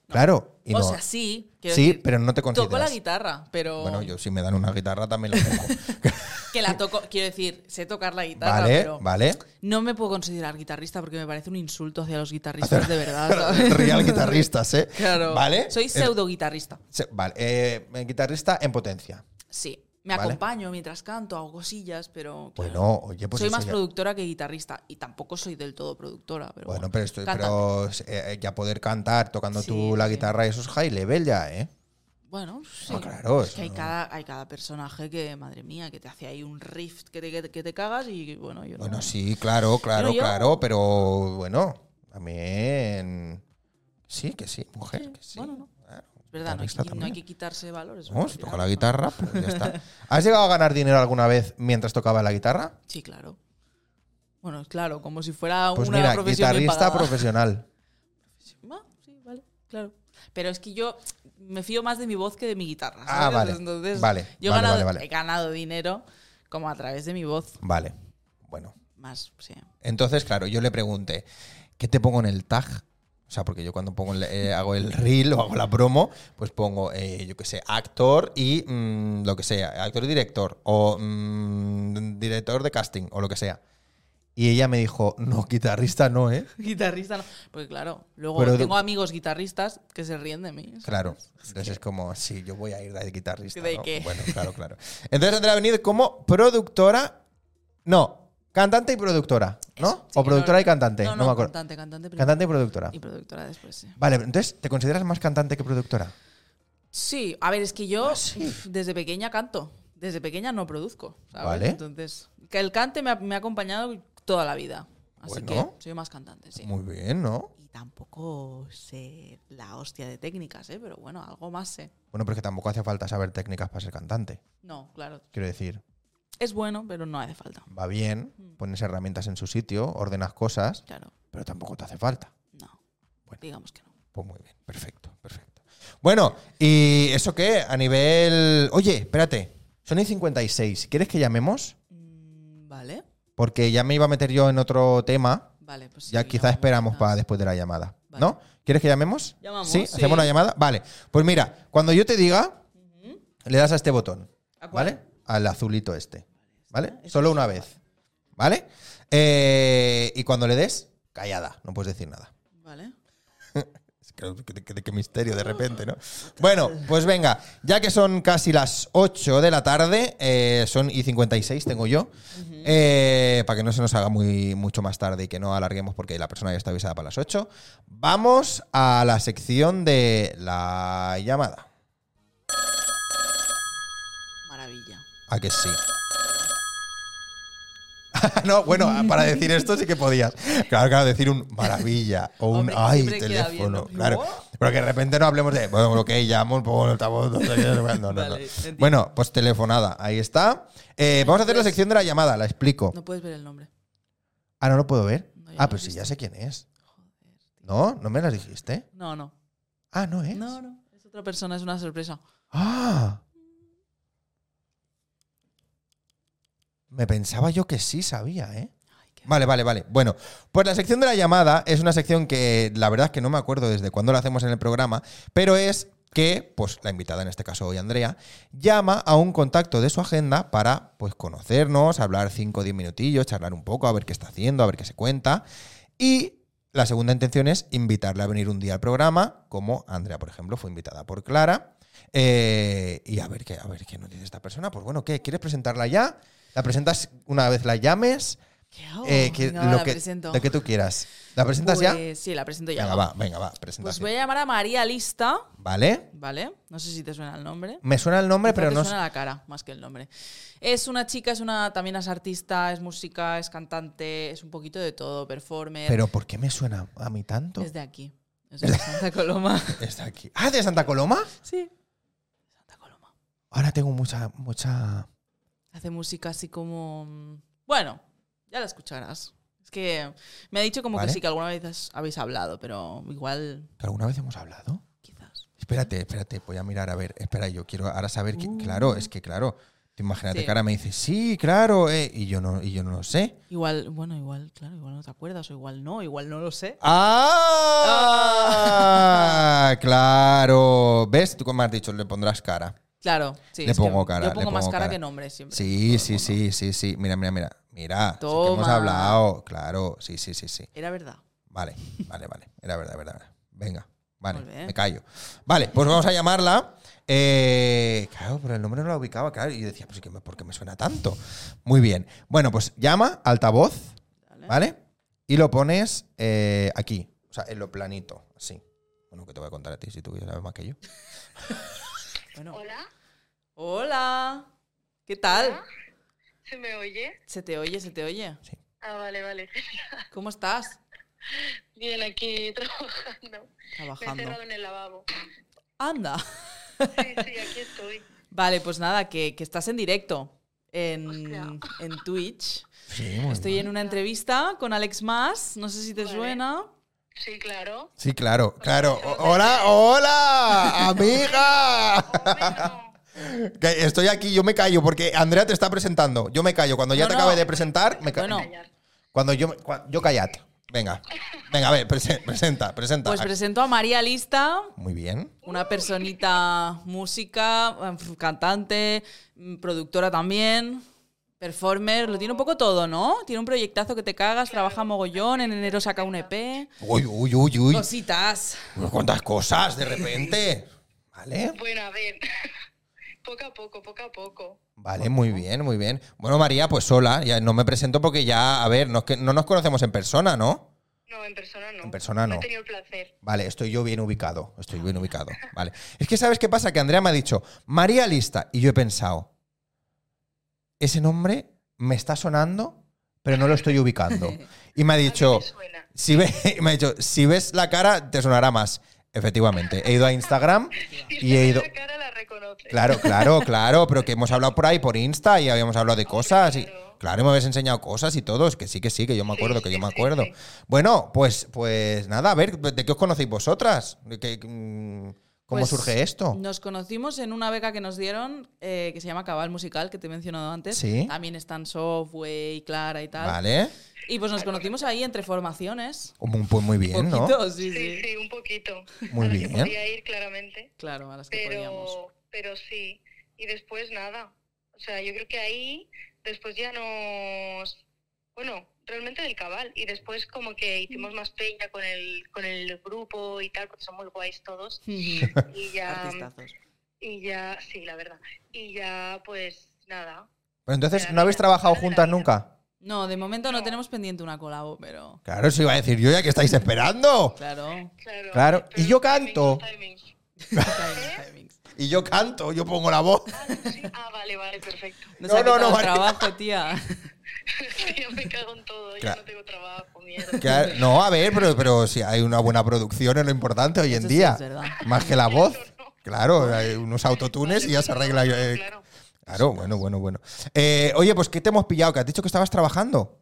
claro. y
o
no-
sea, sí. quiero
sí,
decir,
pero no te consideras.
Toco la guitarra, pero
Bueno, yo si me dan una guitarra también la toco.
que la toco, quiero decir, sé tocar la guitarra,
vale,
pero
vale.
no me puedo considerar guitarrista porque me parece un insulto hacia los guitarristas de verdad. ¿sabes?
Real guitarristas, ¿eh?
Claro.
¿Vale?
Soy
Es-
pseudo guitarrista.
se- vale. eh, guitarrista en potencia.
Sí. Me
Vale.
acompaño mientras canto, hago cosillas, pero. claro.
Bueno, oye, pues
soy
eso
más
ya-
productora que guitarrista y tampoco soy del todo productora, pero.
Bueno, pero, estoy,
cantante.
pero eh, ya poder cantar tocando
Sí,
tú la
sí.
guitarra, eso es high level ya, ¿eh?
Bueno, sí.
Ah, claro,
Es
eso
que hay,
no-
cada, hay cada personaje que, madre mía, que te hace ahí un rift que te, que te- que te cagas y bueno, yo no-
Bueno, sí, claro, claro,
Pero yo-
claro, pero bueno, también. Sí, que sí, mujer, que sí.
bueno, no.
Claro,
Es verdad, no hay,
guitarrista
que, no hay
también.
que quitarse valores.
No,
¿verdad?
si toca la guitarra, pues ya está. ¿Has llegado a ganar dinero alguna vez mientras tocaba la guitarra?
Sí, claro. Bueno, claro, como si fuera
Pues
una
mira,
profesión bien
guitarrista
pagada.
profesional.
Ah, sí, vale, claro. Pero es que yo me fío más de mi voz que de mi guitarra.
Ah,
¿sabes?
vale,
Entonces,
vale,
yo he
vale,
ganado,
vale, vale.
he ganado dinero como a través de mi voz.
Vale, bueno.
Más, sí.
Entonces, claro, yo le pregunté, ¿qué te pongo en el tag? O sea, porque yo cuando pongo el- eh, hago el reel o hago la promo, pues pongo, eh, yo qué sé, actor y mm, lo que sea, actor y director, o mm, director de casting, o lo que sea. Y ella me dijo, no, guitarrista no, ¿eh?
Guitarrista no. Porque claro, luego
Pero de-
tengo amigos guitarristas que se ríen de mí. ¿sabes?
Claro. Entonces es como, sí, yo voy a ir de guitarrista.
¿De
¿no?
qué?
Bueno, claro, claro. Entonces Andrea Benítez como productora, no, cantante y productora, ¿no?
Eso, sí,
o
que
productora
no-
y cantante,
No,
no,
no,
me acuerdo.
Cantante, cantante, primero.
Cantante y productora.
y productora después, sí.
Vale, pero entonces, ¿te consideras más cantante que productora?
Sí, a ver, es que
Ah,
yo pf, desde pequeña canto. Desde pequeña no produzco, ¿sabes?
Vale.
Entonces, que el cante me ha, me ha acompañado toda la vida. Así
Bueno.
que soy más cantante, sí.
Muy bien, ¿no?
Y tampoco sé la hostia de técnicas, ¿eh? Pero bueno, algo más sé.
Bueno, pero es que tampoco hace falta saber técnicas para ser cantante.
No, claro.
Quiero decir,
Es bueno, pero no hace falta.
va bien, pones herramientas en su sitio, ordenas cosas,
Claro,
pero tampoco te hace falta.
no.
Bueno.
Digamos que no.
Pues muy bien, perfecto, perfecto. Bueno, ¿y eso qué? A nivel... Oye, espérate, son y 56, ¿quieres que llamemos?
Mm, Vale,
Porque ya me iba a meter yo en otro tema,
vale, pues sí,
ya quizás
llamamos,
esperamos
quizás.
para después de la llamada,
Vale.
¿no? ¿Quieres que llamemos?
Llamamos,
¿Sí?
sí.
¿Hacemos la llamada? Vale, pues mira, cuando yo te diga, le das a este botón.
¿A cuál?
¿Vale? Al azulito este. ¿Vale? Solo una vez. ¿Vale? Eh, y cuando le des, callada, no puedes decir nada.
Vale.
Es que- que- que- Qué misterio de repente, ¿no? Bueno, pues venga, ya que son casi las 8 de la tarde, eh, son y 56 tengo yo, eh, para que no se nos haga muy, mucho más tarde y que no alarguemos porque la persona ya está avisada para las 8, vamos a la sección de la llamada.
Maravilla.
¿A que sí? no, bueno, para decir esto sí que podías. Claro, claro, decir un maravilla o un
Hombre, que
ay,
siempre queda bien,
teléfono.
¿no?
Claro. Pero que de repente no hablemos de, bueno, ok, llamo, pongo el altavoz, no sé qué, no, no, no.
Vale, entiendo.
Bueno, pues telefonada, ahí está. Eh, vamos a hacer la sección de la llamada, la explico.
No puedes ver el nombre.
Ah, no lo puedo ver.
No, ya
Ah,
lo
pues
he
sí, ya
visto.
sé quién es.
Joder.
¿No? ¿No me las dijiste?
No, no.
Ah, no es.
No, no. Es otra persona, es una sorpresa.
Ah. Me pensaba yo que sí sabía, ¿eh?
Ay, qué-
Vale, vale, vale. Bueno, pues la sección de la llamada es una sección que la verdad es que no me acuerdo desde cuándo la hacemos en el programa, pero es que, pues la invitada en este caso hoy, Andrea, llama a un contacto de su agenda para, pues, conocernos, hablar 5 o 10 minutillos, charlar un poco, a ver qué está haciendo, a ver qué se cuenta. Y la segunda intención es invitarla a venir un día al programa, como Andrea, por ejemplo, fue invitada por Clara. Eh, y a ver, qué, a ver qué nos dice esta persona. Pues bueno, ¿qué? ¿Quieres presentarla ya? ¿La presentas una vez la llames?
¿Qué hago?
Eh, que
Oh, Venga, va,
lo
la
que,
presento.
lo que tú quieras. ¿La presentas ya?
Pues Sí, la presento ya.
Venga, va, venga, va, presentación.
Pues voy a llamar a María Lista,
¿Vale?
¿vale? No sé si te suena el nombre.
Me suena el nombre,
Quizá
pero
te
no sé.
suena la cara más que el nombre. Es una chica, es una también es artista, es música, es cantante, es un poquito de todo, performer.
¿Pero por qué me suena a mí tanto?
es de aquí, es de Santa Coloma.
Está aquí. ¿Ah, de Santa Coloma?
sí. Santa Coloma.
Ahora tengo mucha, mucha.
Hace música así como mm, bueno, ya la escucharás. Es que me ha dicho como
Vale.
que sí que alguna vez has- habéis hablado, pero igual
¿Que alguna vez hemos hablado?
quizás.
Espérate, espérate, voy a mirar, a ver, espera, yo quiero ahora saber que.
Uh.
Claro, es que claro. Tú imagínate
Sí.
que ahora me dices, sí, claro, eh, y yo no, y yo no lo sé.
Igual, bueno, igual, claro, igual no te acuerdas o igual no, igual no lo sé.
¡Ah! claro. ¿Ves? Tú como has dicho, le pondrás cara.
Claro, sí.
Le
es que
pongo cara,
Yo
le
pongo más
pongo
cara,
cara.
que nombre siempre.
Sí, sí, sí, sí, sí. Mira, mira, mira. Mira, sí que hemos
Toma.
hablado. Claro, sí, sí, sí, sí.
Era verdad.
Vale, vale, vale. Era verdad, verdad. verdad. Venga, vale,
Muy bien.
me callo. Vale, pues vamos a llamarla. Eh, claro, pero el nombre no la ubicaba, claro. Y yo decía, pues, ¿qué me- ¿por qué me suena tanto? Muy bien. Bueno, pues llama, altavoz,
Vale.
¿vale? Y lo pones eh, aquí, o sea, en lo planito, así. Bueno, que te voy a contar a ti si tú ya sabes más que yo.
Bueno.
Hola,
Hola. ¿Qué tal?
¿se me oye?
Se te oye, se te oye.
Ah, vale, vale.
¿Cómo estás?
Bien, aquí trabajando. Me he
Trabajando.
encerrado en el lavabo.
Anda.
Sí, sí, aquí estoy.
Vale, pues nada, que, que estás en directo en,
Hostia.
en Twitch.
Sí, muy
Estoy
bien.
en una entrevista con Alex Mas. No sé si te
Vale.
suena.
Sí, claro.
Sí, claro, claro. O- Hola, hola, amiga.
Bueno,
Que Estoy aquí, yo me callo porque Andrea te está presentando. Yo me callo. Cuando ya
No,
te
no.
acabe de presentar, me callo.
Bueno.
callar.
Cuando yo, me- cua- yo callate. Venga, venga, a ver, prese- presenta, presenta.
Pues presento a María Lista,
Muy bien.
una personita música, eh, cantante, mm, productora también, performer, lo tiene un poco todo, ¿no? Tiene un proyectazo que te cagas, trabaja mogollón, en enero saca un EP.
Uy, uy, uy, uy.
Pues- Cositas.
Uy, ¿Cuántas cosas de repente? Vale,
Bueno, a ver. Poco a poco, poco a poco.
vale, muy bien, muy bien. Bueno, María, pues sola. Ya no me presento porque ya, a ver, no, es que, no nos conocemos en persona, ¿no?
No, en persona no.
En persona no.
he tenido el placer.
Vale, estoy yo bien ubicado. Estoy bien ubicado. Vale. Es que, ¿sabes qué pasa? Que Andrea me ha dicho, María Lista. Y yo he pensado, ese nombre me está sonando, pero no lo estoy ubicando. Y me ha
A mí
dicho,
me suena.
si, ve- me ha dicho, si ves la cara, te sonará más. Efectivamente. He ido a Instagram
Si
y he
ves
ido.
la cara la reconoce.
Claro, claro, claro, pero que hemos hablado por ahí, por Insta, y habíamos hablado de cosas. Y, Ah, claro, me habéis enseñado cosas y todo. Es que sí, que sí, que yo me acuerdo, que yo me acuerdo. Bueno, pues, pues nada, a ver, ¿de qué os conocéis vosotras? ¿De qué, mm, ¿Cómo
Pues,
surge esto?
Nos conocimos en una beca que nos dieron eh, que se llama Cabal Musical, que te he mencionado antes.
Sí.
También están Software y Clara y tal.
Vale.
Y pues nos conocimos ahí entre formaciones.
Muy- Pues muy bien, ¿no?
Poquito, sí,
Sí,
sí.
sí, un poquito.
Muy
A las que
bien.
Podía ir claramente.
Claro, a las que podíamos.
pero, pero sí. Y después nada. O sea, yo creo que ahí después ya nos... Bueno, realmente del cabal. Y después como que hicimos más peña con el, con el grupo y tal, porque son muy guays todos. Y ya,
Artistazos.
y ya, sí, la verdad. Y ya pues nada.
Pero entonces, ¿no habéis trabajado juntas nunca?
No, de momento no
No.
tenemos pendiente una colabo, pero.
Claro, eso iba a decir yo, ya que estáis esperando.
Claro.
Claro.
Claro, y
pero
yo
los timings,
canto.
los timings.
timings, timings.
Y yo canto, yo pongo la voz.
Ah, tú sí. Ah, vale, vale, perfecto.
Nos
No,
ha
no, no,
quitado
María.
trabajo, tía.
Yo me cago en todo,
Claro.
yo no tengo trabajo, mierda.
Claro, no, a ver, pero, pero si hay una buena producción es lo importante hoy en
Eso sí
día.
es verdad.
Más que la voz.
no.
Claro, hay unos autotunes y ya se arregla. eh,
Claro.
Claro, bueno, bueno, bueno. Eh, oye, pues ¿qué te hemos pillado? Que has dicho que estabas trabajando.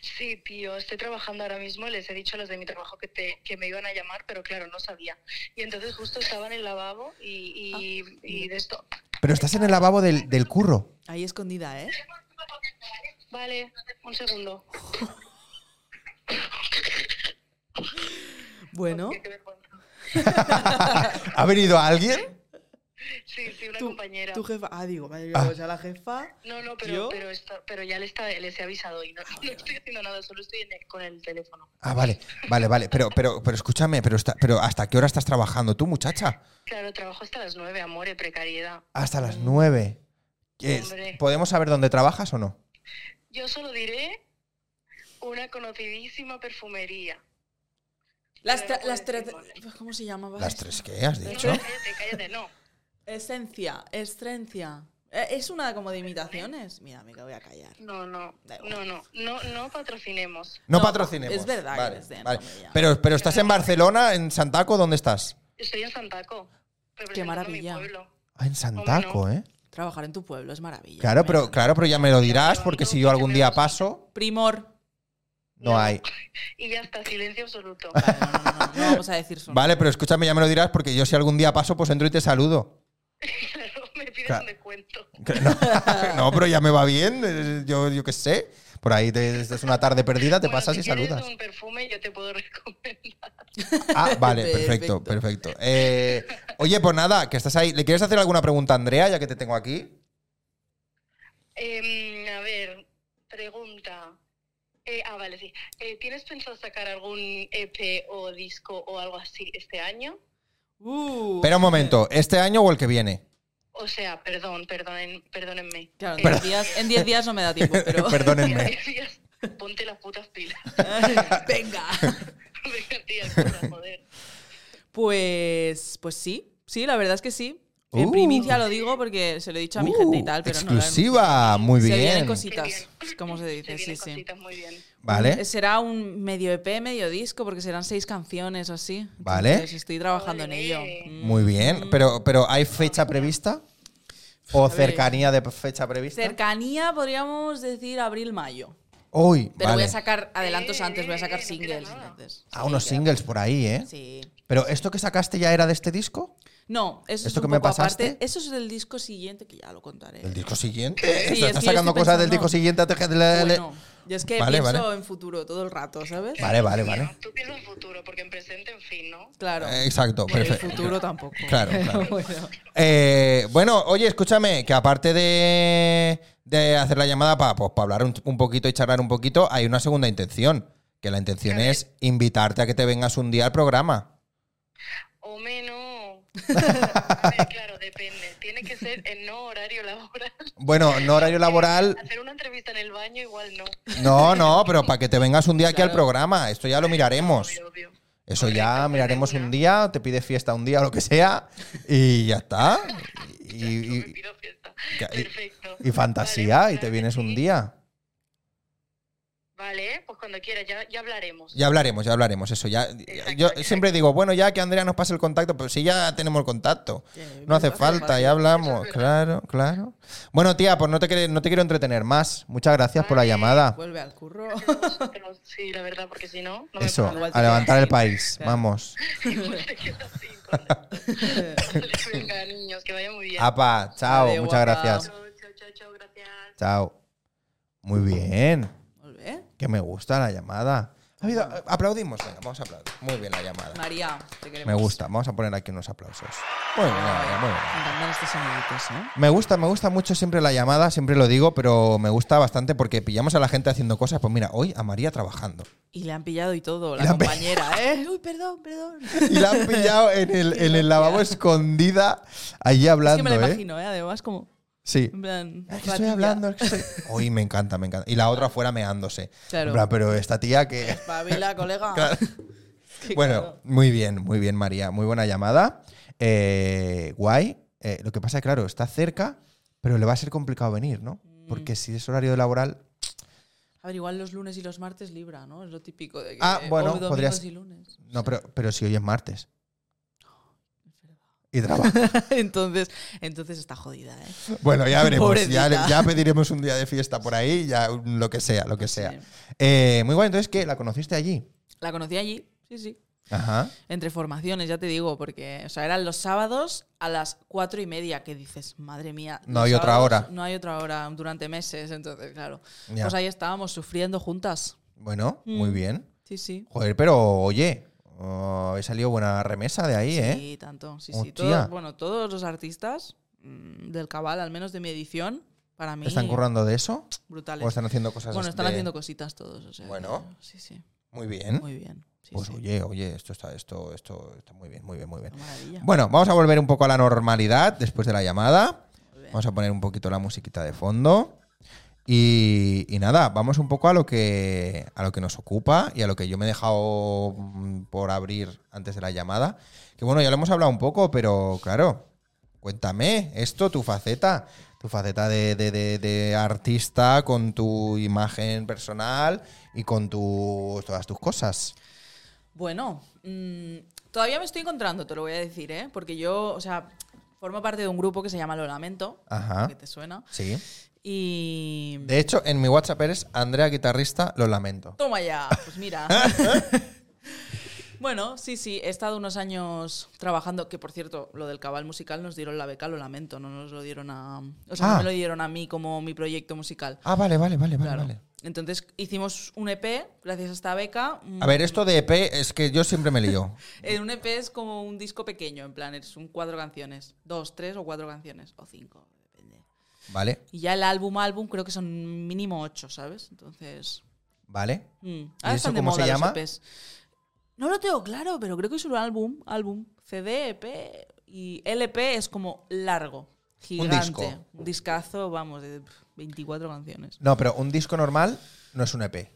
Sí, tío, estoy trabajando ahora mismo. Les he dicho a los de mi trabajo que, te, que me iban a llamar, pero claro, no sabía. Y entonces justo estaba en el lavabo y, y, y de esto.
Pero estás en el lavabo del, del curro.
Ahí escondida, ¿eh?
Vale, un segundo.
Bueno,
Qué vergüenza.
¿Ha venido alguien?
Sí, sí, una
tu,
compañera.
tu jefa. Ah, digo, madre mía,
Ah.
pues a la jefa.
No, no,
¿Yo?
pero, pero, esto- pero ya les, está- les he avisado y no, no estoy haciendo nada, solo estoy en el- con el teléfono.
Ah, vale, vale, vale. Pero, pero, pero escúchame, pero, está- pero ¿hasta qué hora estás trabajando tú, muchacha?
Claro, trabajo hasta las nueve, amore, precariedad.
Hasta las nueve. ¿Qué es?
Hombre.
¿Podemos saber dónde trabajas o no?
Yo solo diré una conocidísima perfumería.
Las,
Pero
tra-
no
las
puedes
tra- ¿Cómo se llamaba?
¿Las
esto?
tres qué has
No, no,
dicho?
cállate, cállate, no.
Esencia, estrencia. Eh, Es una como de imitaciones. Mira, me voy a callar.
No, no,
Da igual.
no, no, no, no patrocinemos.
No,
No,
patrocinemos.
es verdad que
Vale,
les den,
vale.
hombre, ya.
Pero, pero estás en Barcelona, en Santaco, ¿dónde estás?
Estoy en Santaco, representando
maravilla.
mi pueblo.
Ah, en Santaco, ¿eh?
Trabajar en tu pueblo es maravilla.
Claro,
me
pero,
encanta.
claro, pero ya me lo dirás, porque si yo algún día paso,
Primor.
no hay.
Y ya está, silencio absoluto.
Vale, no, no, no, no vamos a decir su nombre.
Vale, pero escúchame, ya me lo dirás, porque yo si algún día paso, pues entro y te saludo.
Claro, me pides
Claro.
un descuento.
Que No, no, pero ya me va bien, eh, yo, yo qué sé. Por ahí te, es una tarde perdida, te
Bueno,
pasas
si
y
quieres
saludas.
un perfume yo te puedo recomendar.
Ah, vale, perfecto, perfecto. Eh, oye, pues nada, que estás ahí. ¿Le quieres hacer alguna pregunta a Andrea, ya que te tengo aquí?
Em, a ver, pregunta. Eh, ah, vale, sí. Eh, ¿Tienes pensado sacar algún EP o disco o algo así este año?
Uh,
Espera un momento, ¿este año o el que viene?
O sea, perdón, perdonen, perdónenme.
Claro, en
Eh,
10 días, en 10 días no me da tiempo, pero.
Perdónenme.
Días, ponte las putas pilas.
Venga.
Venga, tía, cosa, joder.
Pues, pues sí, sí, la verdad es que sí. En
Uh.
primicia lo digo porque se lo he dicho a mi
Uh,
gente y tal, pero no. la-
exclusiva, muy
Se vienen
bien.
cositas, pues,
Qué bien.
como se dice,
vienen
sí, sí.
cositas muy bien.
Vale.
Será un medio EP, medio disco, porque serán seis canciones o así.
Vale.
Entonces, estoy trabajando en
Ole.
ello. Mm.
Muy bien, pero, pero ¿hay fecha prevista? ¿O cercanía de fecha prevista?
Cercanía, podríamos decir abril-mayo.
Hoy,
Pero voy
vale.
a sacar adelantos
Eh,
antes, voy a
eh,
sacar
eh, no queda
singles.
nada.
entonces.
Ah, unos singles por ahí, ¿eh?
Sí.
Pero ¿esto que sacaste ya era de este disco?
No, eso es
¿Esto
un
que me
poco aparte.
pasaste?
Eso es del disco siguiente, que ya lo contaré.
¿El disco siguiente?
Sí, es
Esto, ¿Estás
que yo
sacando
estoy
cosas del
pensando-
disco siguiente?
Bueno, yo es que
Vale,
pienso
vale.
en futuro todo el rato, ¿sabes?
Vale, Eh, vale, vale.
No, tú piensas en futuro, porque en presente, en fin, ¿no?
Claro.
Eh, Exacto,
Por el
perfecto.
futuro tampoco.
Claro, claro.
Bueno.
Eh, bueno, oye, escúchame, que aparte de, de hacer la llamada para hablar un, un poquito y charlar un poquito, hay una segunda intención. Que la intención es invitarte a que te vengas un día al programa.
O menos. A ver, claro, depende. Tiene que ser en no horario laboral.
Bueno, no horario laboral.
Hacer una entrevista en el baño igual no.
No, no, pero para que te vengas un día aquí al
Claro.
programa. Esto ya lo miraremos.
Obvio, obvio.
Eso ya miraremos un día, te pide fiesta un día, lo que sea, y ya está. Y,
Yo me
y-
pido fiesta.
Ya, y-
Perfecto.
y fantasía,
Vale,
y te
claro
vienes
que
un
sí.
día.
Vale, pues cuando quieras, ya, ya hablaremos.
Ya hablaremos, ya hablaremos, eso. Ya, yo siempre digo, bueno, ya que Andrea nos pase el contacto, pero si ya tenemos el contacto.
Eh,
No hace
hace
falta,
falta.
ya hablamos.
Eso es
Claro, claro. Bueno, tía, pues no te, quere- no te quiero entretener más. Muchas gracias por la
Vale.
llamada.
Vuelve al curro.
Pero Sí, la verdad, porque si no, no me
Eso,
puedo
pues Igual
a
te
levantar
quedas
el
sin-
país.
claro.
Vamos.
Igual te quedas así con Vale, Venga, niños, que vaya muy bien.
Apa, chao.
Vale,
Muchas
guapa.
gracias.
Chao, chao, chao, chao, gracias.
Chao. Muy bien.
Vuelve. ¿eh?
Que me gusta la llamada. Ha habido- eh, aplaudimos. Venga, vamos a aplaudir. Muy bien la llamada.
María, te queremos.
Me gusta. Vamos a poner aquí unos aplausos. Muy bien, María, muy bien.
Me encantan estos soniditos, ¿eh?
Me gusta, me gusta mucho siempre la llamada, siempre lo digo, pero me gusta bastante porque pillamos a la gente haciendo cosas. Pues mira, hoy a María trabajando.
Y le han pillado y todo,
le
la
han pe-
compañera, ¿eh? Uy, perdón, perdón.
Y la han pillado en el, en el lavabo escondida, allí
es
hablando,
que me la
¿eh?
imagino, ¿eh? Además, como.
Sí.
En plan.
Es que estoy
ratilla.
hablando, es que estoy... Hoy me encanta, me encanta. Y la otra afuera meándose.
Claro.
En plan, Pero esta tía que...
Espabila, colega.
Claro.
Qué
Bueno,
cabrón.
muy bien, muy bien, María. Muy buena llamada. Eh, guay. Eh, lo que pasa, claro,
Mm.
está cerca, pero le va a ser complicado venir, ¿no? Porque si es horario laboral,
A ver, igual los lunes y los martes libra, ¿no? Es lo típico de que
Ah,
eh,
bueno,
o domingos
podrías-
y lunes.
No, pero, pero si hoy es martes. Y trabaja.
entonces, entonces está jodida, ¿eh?
Bueno, ya veremos. Ya,
Pobrecita.
ya pediremos un día de fiesta por ahí, ya lo que sea, lo que sea.
Sí.
Eh, muy bueno, entonces que la conociste allí.
La conocí allí, sí, sí.
Ajá.
Entre formaciones, ya te digo, porque o sea, eran los sábados a las cuatro y media, que dices, madre mía.
No
los
hay otra
sábados
hora.
No hay otra hora durante meses, entonces, claro.
Ya.
Pues ahí estábamos sufriendo juntas.
Bueno, muy
Mm.
bien.
Sí, sí.
Joder, pero oye, oh, he salido buena remesa de ahí, ¿eh?
Sí, tanto. Sí, sí.
Hostia.
Todos, bueno, todos los artistas mm, del Cabal, al menos de mi edición, para mí.
¿Están currando de eso?
Brutales.
¿O están haciendo cosas
bueno, están
de-
haciendo cositas todos. O sea, que-
Bueno.
Sí, sí.
Muy bien.
Muy bien. Sí,
pues
sí.
oye, oye, esto está, esto, esto está muy bien, muy bien, muy bien.
Una maravilla.
Bueno, vamos a volver un poco a la normalidad después de la llamada.
Muy bien.
Vamos a poner un poquito la musiquita de fondo. Y, y nada, vamos un poco a lo que a lo que nos ocupa y a lo que yo me he dejado mm, por abrir antes de la llamada. Que bueno, ya lo hemos hablado un poco, pero claro, cuéntame esto, tu faceta, tu faceta de, de- de- de artista con tu imagen personal y con tus todas tus cosas.
Bueno, mm, todavía me estoy encontrando, te lo voy a decir, ¿eh? Porque yo, o sea, formo parte de un grupo que se llama Lo Lamento,
Ajá.
que te suena.
Sí.
Y.
De hecho, en mi WhatsApp eres Andrea Guitarrista, lo lamento.
Toma ya, pues mira.
Ah,
bueno, sí, sí, he estado unos años trabajando, que por cierto, lo del cabal musical nos dieron la beca, lo lamento, no nos lo dieron a... O sea,
Ah.
no me lo dieron a mí como mi proyecto musical.
Ah, vale, vale, vale, vale,
claro.
vale.
Entonces hicimos un EP, gracias a esta beca. un-
A ver, esto de EP es que yo siempre me lío.
eh, un EP es como un disco pequeño, en plan, es un cuatro canciones, dos, tres o cuatro canciones, o cinco, depende.
Vale,
Y ya el álbum, álbum, creo que son mínimo ocho, ¿sabes? Entonces...
vale.
Mm.
eso
Ahora están de
cómo se
moda los
llama?
EPs. No lo tengo claro, pero creo que es un álbum, álbum, CD, EP y LP es como largo, gigante,
disco.
Un discazo, vamos, de pf, 24 canciones.
No, pero un disco normal no es un E EP.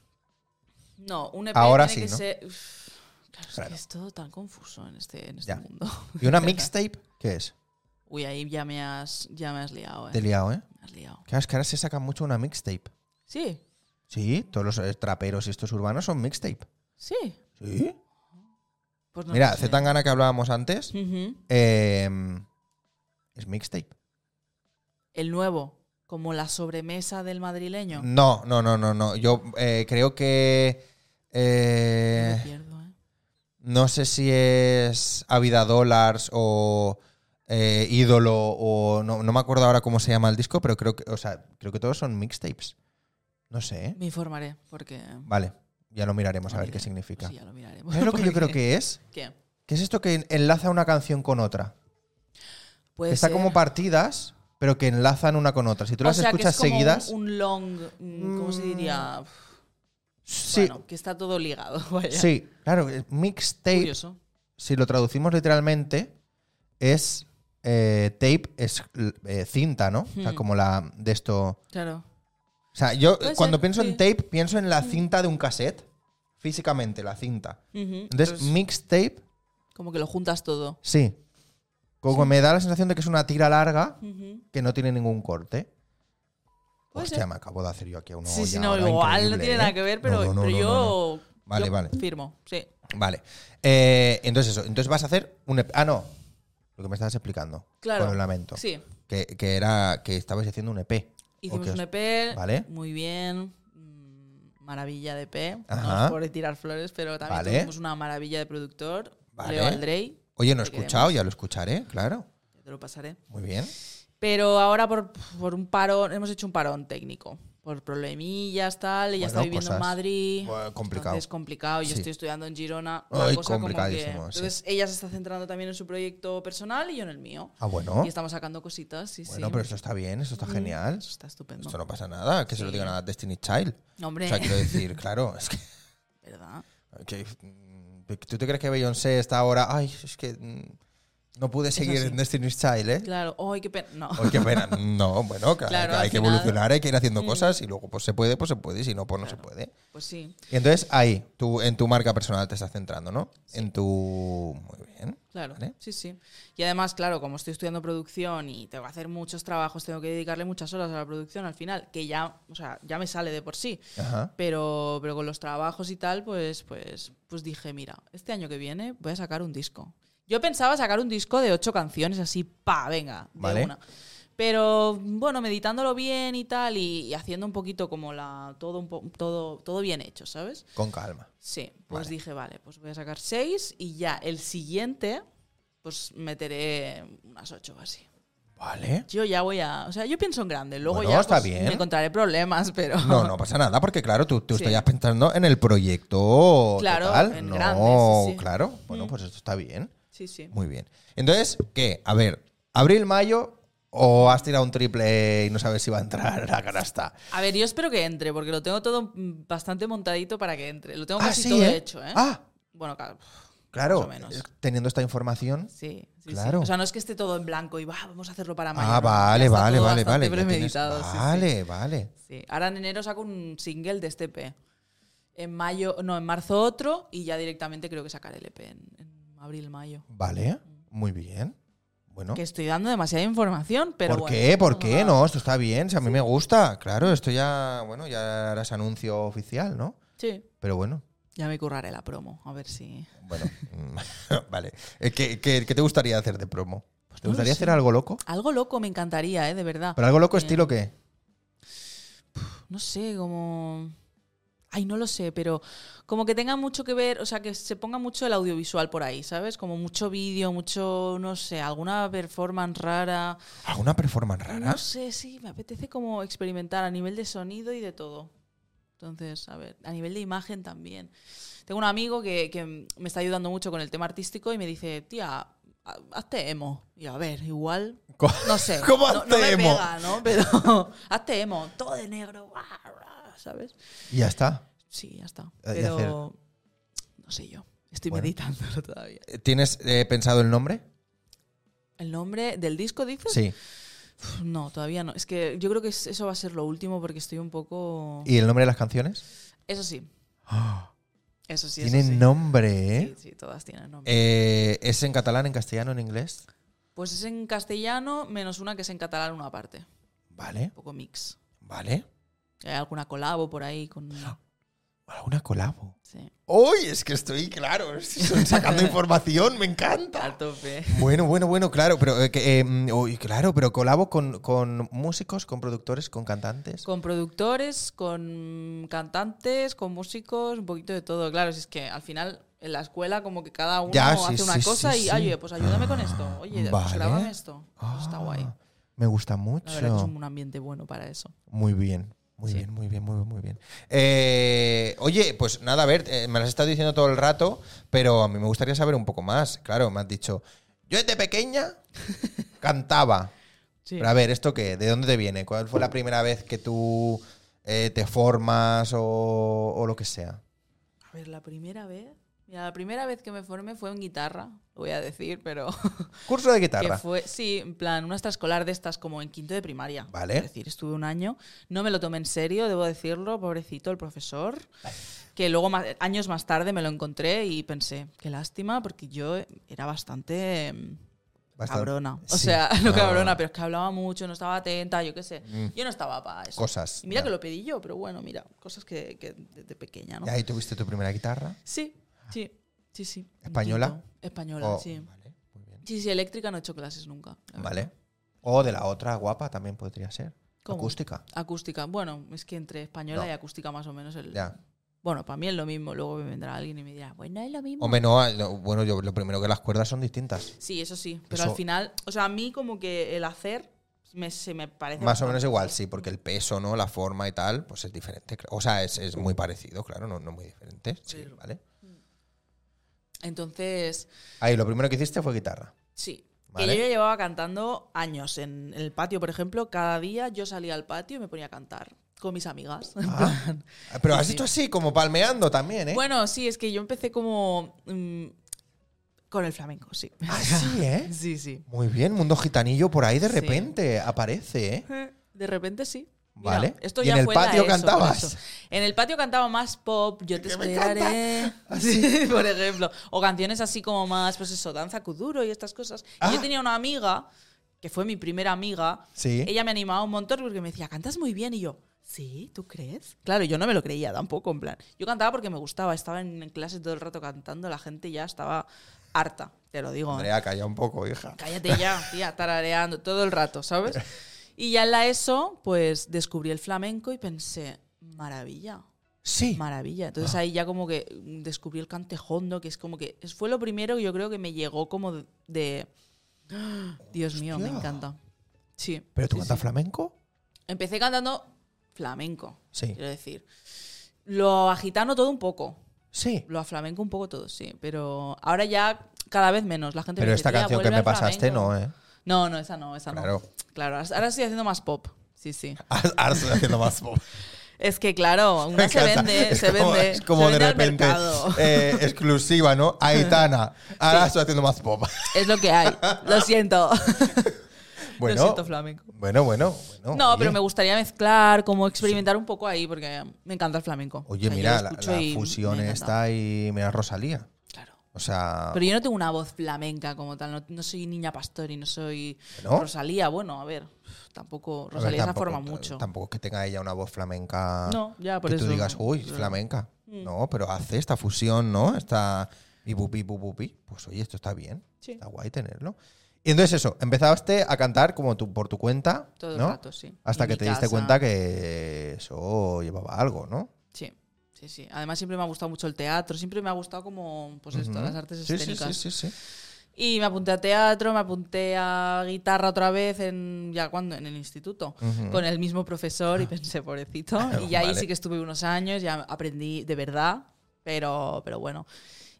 No, un EP
Ahora sí,
tiene que
¿no?
ser uf, claro, es, que
Claro.
es todo tan confuso en este, en este
Ya.
mundo.
¿Y una mixtape? ¿Qué es?
Uy, ahí ya me has ya me has liado, eh.
Te he liado, ¿eh?
Me has liado.
Claro, es que ahora se saca mucho una mixtape.
Sí.
Sí, todos los eh, traperos y estos urbanos son mixtape.
Sí.
Sí.
Pues no
Mira,
lo sé. Mm.
Zetangana que hablábamos antes
Ujú.
eh, es mixtape.
El nuevo, como la sobremesa del madrileño.
No, no, no, no, no. Yo eh, creo que eh,
Me pierdo, eh.
No sé si es Avida Dollars o eh, Ídolo o no, no me acuerdo ahora cómo se llama el disco, pero creo que, o sea, creo que todos son mixtapes. No sé, ¿eh?
Me informaré, porque.
Vale, ya lo miraremos a
lo
ver qué
miraremos,
significa.
sí, ya lo miraremos,
¿Sabes lo que yo
porque-
creo que es?
¿Qué?
Que es esto que enlaza una canción con otra.
Puede
Que está
ser.
como partidas, pero que enlazan una con otra. Si tú
O
las
sea, que es
escuchas
como un-
seguidas.
Un, long. mm, ¿Cómo se diría? Uf,
sí,
Bueno, que está todo ligado. Vaya.
sí, claro, eh, mixtape.
Curioso.
si lo traducimos literalmente, es eh, tape, es l- eh, cinta, ¿no? O sea,
Hmm.
como la de esto.
Claro.
O sea, yo
Puede
cuando
ser,
pienso
sí. Hmm.
en tape, pienso en la cinta de un cassette, físicamente, la cinta.
Ujú,
Entonces,
pues,
mixtape,
como que lo juntas todo.
sí. Como me da la sensación de que es una tira larga
Ujú.
que no tiene ningún corte.
Puede
Hostia,
ser.
me acabo de hacer yo aquí uno.
sí, sí,
ya
no,
ahora
igual no
increíble,
tiene
¿eh?
nada que ver, pero,
No, no, no,
pero
no,
yo.
no. Vale,
yo
vale.
Firmo, sí.
Vale. Eh, entonces eso, entonces vas a hacer un... ep- Ah, no. Lo que me estabas explicando.
Claro.
Con el lamento.
Sí.
Que, que era que estabais haciendo un E EP.
Hicimos
Ok.
un E EP,
Vale.
muy bien, mm, maravilla de EP, no
Ajá.
es por tirar flores, pero también
Vale.
tuvimos una maravilla de productor,
Vale.
Leo Aldrey,
Oye, no he
Te
escuchado, ya lo escucharé, claro.
te lo pasaré.
Muy bien.
Pero ahora por, por un parón, hemos hecho un parón técnico, por problemillas, tal, ella está
Bueno,
viviendo en
cosas.
Madrid,
Bueno, complicado.
es complicado, yo
Sí.
estoy estudiando en Girona, una
Ay,
cosa como que-
complicadísimo, sí.
Entonces ella se está centrando también en su proyecto personal y yo en el mío.
Ah, bueno.
Y estamos sacando cositas, sí,
Bueno,
sí.
pero esto está bien, esto está
Mm,
genial.
Eso está estupendo.
Esto no pasa nada, que se lo
Sí.
digan a Destiny Child.
Hombre,
O sea, quiero decir, claro, es que,
¿verdad?
que, mm, ¿Tú te crees que Beyoncé está ahora? Ay, es que. mm, No pude seguir
sí.
en Destiny's Child, ¿eh?
Claro, ay, qué pena. No.
Ay, qué pena. No, bueno, claro,
Claro,
que hay
al
que
final-
evolucionar, hay que ir haciendo
Mm.
cosas y luego pues se puede, pues se puede, y si no, pues no se
Claro.
puede.
Pues sí,
Y entonces ahí, tú en tu marca personal te estás centrando, ¿no? En tu... Muy bien.
claro.
¿Vale?
Sí, sí. Y además, claro, como estoy estudiando producción y tengo que hacer muchos trabajos, tengo que dedicarle muchas horas a la producción al final, que ya, o sea, ya me sale de por sí.
Ajá.
Pero, pero con los trabajos y tal, pues, pues, pues dije, mira, este año que viene voy a sacar un disco. Yo pensaba sacar un disco de ocho canciones, así, pa, venga, de
Vale.
una. Pero bueno, meditándolo bien y tal, y, y haciendo un poquito como la. todo un po- todo, todo bien hecho, ¿sabes?
Con calma.
Sí, pues
Vale.
dije, vale, pues voy a sacar seis y ya el siguiente, pues meteré unas ocho o así.
Vale.
Yo ya voy a. O sea, yo pienso en grande, luego
Bueno,
ya
está
pues,
bien.
me encontraré problemas, pero.
No, no pasa nada, porque claro, tú, tú
Sí.
estarías pensando en el proyecto
Claro,
total.
en
no,
grande, sí, Mm. sí.
claro. Bueno, pues esto está bien.
Sí, sí.
Muy bien. Entonces, ¿qué? A ver, ¿abril, mayo o has tirado un triple y no sabes si va a entrar la canasta?
A ver, yo espero que entre, porque lo tengo todo mm, bastante montadito para que entre. Lo tengo
Ah,
casi
sí,
todo
¿eh?
hecho, ¿eh?
Ah.
Bueno, claro.
Claro,
Más o menos.
eh, teniendo esta información.
Sí, sí, sí.
Claro.
O sea, no es que esté todo en blanco y "Bah, vamos a hacerlo para mañana.
Ah,
no, ya
vale,
está
vale,
todo
vale,
bastante
vale. ya tienes-
premeditado, sí, sí.
vale, vale.
Sí. Ahora en enero saco un single de este EP. En mayo, no, en marzo otro y ya directamente creo que sacaré el EP en, en abril, mayo.
Vale, muy bien. Bueno.
Que estoy dando demasiada información, pero
¿Por
bueno.
qué? ¿Por qué? No, esto está bien, si a mí me gusta. Claro, esto ya, bueno, ya harás anuncio oficial, ¿no?
Sí.
Pero bueno,
Ya me curraré la promo, a ver si.
bueno, mm, vale. Eh, ¿Qué, qué, qué te gustaría hacer de promo? ¿Te
no lo
gustaría
sé.
hacer algo loco?
Algo loco me encantaría, ¿eh? De verdad.
¿Pero algo loco
Eh,
estilo qué?
no sé, como... Ay, no lo sé, pero como que tenga mucho que ver, o sea, que se ponga mucho el audiovisual por ahí, ¿sabes? Como mucho vídeo, mucho, no sé, alguna performance rara.
¿Alguna performance rara?
No sé, sí, me apetece como experimentar a nivel de sonido y de todo. Entonces, a ver, a nivel de imagen también. Tengo un amigo que, que me está ayudando mucho con el tema artístico y me dice, tía, ha- hazte emo. Y yo, a ver, igual,
Co-
no sé.
¿Cómo
no,
hazte
no me
emo?
pega, ¿no? Pero hazte emo, todo de negro, guau, guau, ¿sabes?
Y ya está.
Sí, ya está.
Ah, y
Pero no sé yo. Estoy
Bueno.
meditándolo todavía.
Eh, ¿Tienes eh, pensado el nombre?
¿El nombre del disco dices?
Sí.
Pf, No, todavía no. Es que yo creo que es- eso va a ser lo último porque estoy un poco.
¿Y el nombre de las canciones?
Eso sí. Eso sí. eso
Tienen
sí.
nombre, ¿eh?
Sí, sí, todas tienen nombre.
Eh, ¿Es en catalán, en castellano, en inglés?
Pues es en castellano menos una que es en catalán una parte. Un
Vale,
poco mix.
vale.
Hay alguna colabo por ahí con.
¿Alguna colabo?
Sí.
¡Uy! Es que estoy, claro, estoy sacando información, me
A
encanta.
tope.
Bueno, bueno, bueno, claro, pero eh, que, eh, mm, uy, claro, pero colabo con, con músicos, con productores, con cantantes.
Con productores, con cantantes, con músicos, un poquito de todo. Claro, si es que al final en la escuela como que cada uno
Ya, sí,
hace una
sí,
cosa
sí,
y,
sí.
oye, pues ayúdame con esto, oye,
Vale.
pues grábame esto. Eso está
Ah,
guay.
Me gusta
La verdad que es
mucho.
un ambiente bueno para eso.
Muy bien. Muy
Sí.
bien, muy bien, muy bien, muy bien. Eh, oye, pues nada, a ver, eh, me las has estado diciendo todo el rato, pero a mí me gustaría saber un poco más. Claro, me has dicho, yo desde pequeña cantaba.
Sí.
Pero a ver, ¿esto qué? ¿De dónde te viene? ¿Cuál fue la primera vez que tú eh, te formas o, o lo que sea?
A ver, la primera vez. Mira, la primera vez que me formé fue en guitarra, lo voy a decir, pero.
Curso de
que
guitarra.
fue, sí, en plan, una extraescolar de estas como en quinto de primaria.
Vale.
Es decir, estuve un año. No me lo tomé en serio, debo decirlo, pobrecito el profesor. Que luego, ma- años más tarde, me lo encontré y pensé, qué lástima, porque yo era bastante. mm,
Bastante-
Cabrona. O
sí.
sea, no
Ah,
cabrona, pero es que hablaba mucho, no estaba atenta, yo qué sé. Yo no estaba para eso.
Mm, Cosas,
Y mira
ya.
que lo pedí yo, pero bueno, mira, cosas que, que desde pequeña, ¿no?
¿Y ahí tuviste tu primera guitarra?
Sí, sí, sí, sí. En
¿Española?
quinto. Española,
O-
sí.
Vale, muy bien.
Sí, sí, eléctrica no he hecho clases nunca. la verdad.
Vale. O de la otra guapa también podría ser.
¿Cómo?
Acústica.
Acústica. Bueno, es que entre española
No.
y acústica más o menos el...
Ya.
Bueno, para mí es lo mismo. Luego me vendrá alguien y me dirá, bueno, es lo mismo.
Hombre, no, ah, no, bueno, yo lo primero que las cuerdas son distintas.
Sí, eso sí. Pero
Eso-
al final, o sea, a mí como que el hacer me, se me parece...
Más o menos
bastante.
igual, sí, porque el peso, ¿no? La forma y tal, pues es diferente. cl- O sea, es, es muy parecido, claro, no, no muy diferente. Sí,
Pero-
¿vale?
Entonces,
Ahí, lo primero que hiciste fue guitarra.
sí.
Vale.
Que yo ya llevaba cantando años. En el patio, por ejemplo, cada día yo salía al patio y me ponía a cantar con mis amigas. En plan,
Ah, Pero
Sí,
has
sí.
¿eh? hecho así, como palmeando también, ¿eh?
Bueno, sí, es que yo empecé como. mm, Con el flamenco, sí.
Ah, sí, ¿eh?
Sí, sí.
Muy bien, mundo gitanillo por ahí de
Sí.
repente aparece, ¿eh?
De repente sí.
Vale.
esto
¿Y
ya
en el
fue la
patio
ESO, por
cantabas?
eso. En el patio cantaba más pop, yo te
Que me
esperaré, sí, por ejemplo. O canciones así como más, pues eso, danza kuduro y estas cosas. Y
Ah.
yo tenía una amiga, que fue mi primera amiga,
Sí.
ella me animaba un montón porque me decía, cantas muy bien. Y yo, ¿sí? ¿Tú crees? Claro, yo no me lo creía tampoco, en plan. Yo cantaba porque me gustaba, estaba en clase todo el rato cantando, la gente ya estaba harta, te lo digo. ¿eh?
Andrea, calla un poco, hija.
Cállate ya, tía, tarareando todo el rato, ¿sabes? Y ya en la ESO, pues descubrí el flamenco y pensé, maravilla,
Sí.
maravilla. Entonces ahí ya como que mm, descubrí el cantejondo, que es como que es- fue lo primero que yo creo que me llegó como de... de- Dios mío, me
Hostia.
encanta. Sí.
¿Pero tú
sí,
cantas
sí.
flamenco?
Empecé cantando flamenco,
Sí.
quiero decir. Lo agitano todo un poco,
Sí.
lo aflamenco un poco todo, sí, pero ahora ya cada vez menos. La gente me
Pero
dice,
esta
"Tía,
canción que
vuelve
me
al
pasaste
flamenco".
no, ¿eh?
No, no, esa no, esa
Claro.
no. Claro, ahora- ahora estoy haciendo más pop. Sí, sí.
Ahora estoy haciendo más pop.
Es que, claro,
Me
una se
encanta.
vende,
Es
se
como,
vende.
es
se
como de
vende al
repente
mercado.
eh, exclusiva, ¿no? Aitana. Ahora estoy haciendo más pop.
Es lo que hay. Lo siento. Lo
Bueno,
siento, flamenco.
bueno, bueno, bueno.
No,
oye.
pero me gustaría mezclar, como experimentar un poco ahí, porque me encanta el flamenco.
Oye,
O sea, yo
mira,
lo
la,
escucho
la
y
fusión
me encanta.
está y mira Rosalía.
Claro.
O sea,
Pero yo no tengo una voz flamenca como tal. No, no soy niña pastor y no soy
¿No?
Rosalía. Bueno, a ver, tampoco.
a ver,
Rosalía se
tampoco-
forma mucho.
Tampoco es que tenga ella una voz flamenca.
No, Mm. ya, por
que tú
eso.
digas, uy, flamenca. No, pero hace esta fusión, ¿no? Esta bibupi, bubupi. Pues oye, esto está bien.
Sí.
Está guay tenerlo. Y entonces eso, empezaste a cantar como tú, por tu cuenta,
Todo el
¿no?
rato, sí.
Hasta
En
que
mi
te diste
casa.
cuenta que eso llevaba algo, ¿no?
Sí, sí, sí. Además siempre me ha gustado mucho el teatro, siempre me ha gustado como, pues esto,
Ujú.
las artes
Sí, sí,
escénicas.
sí, sí, sí.
Y me apunté a teatro, me apunté a guitarra otra vez en, ya cuando, en el instituto,
Ujú.
con el mismo profesor y pensé, pobrecito. Y ahí
Vale.
sí que estuve unos años, ya aprendí de verdad, pero, pero bueno.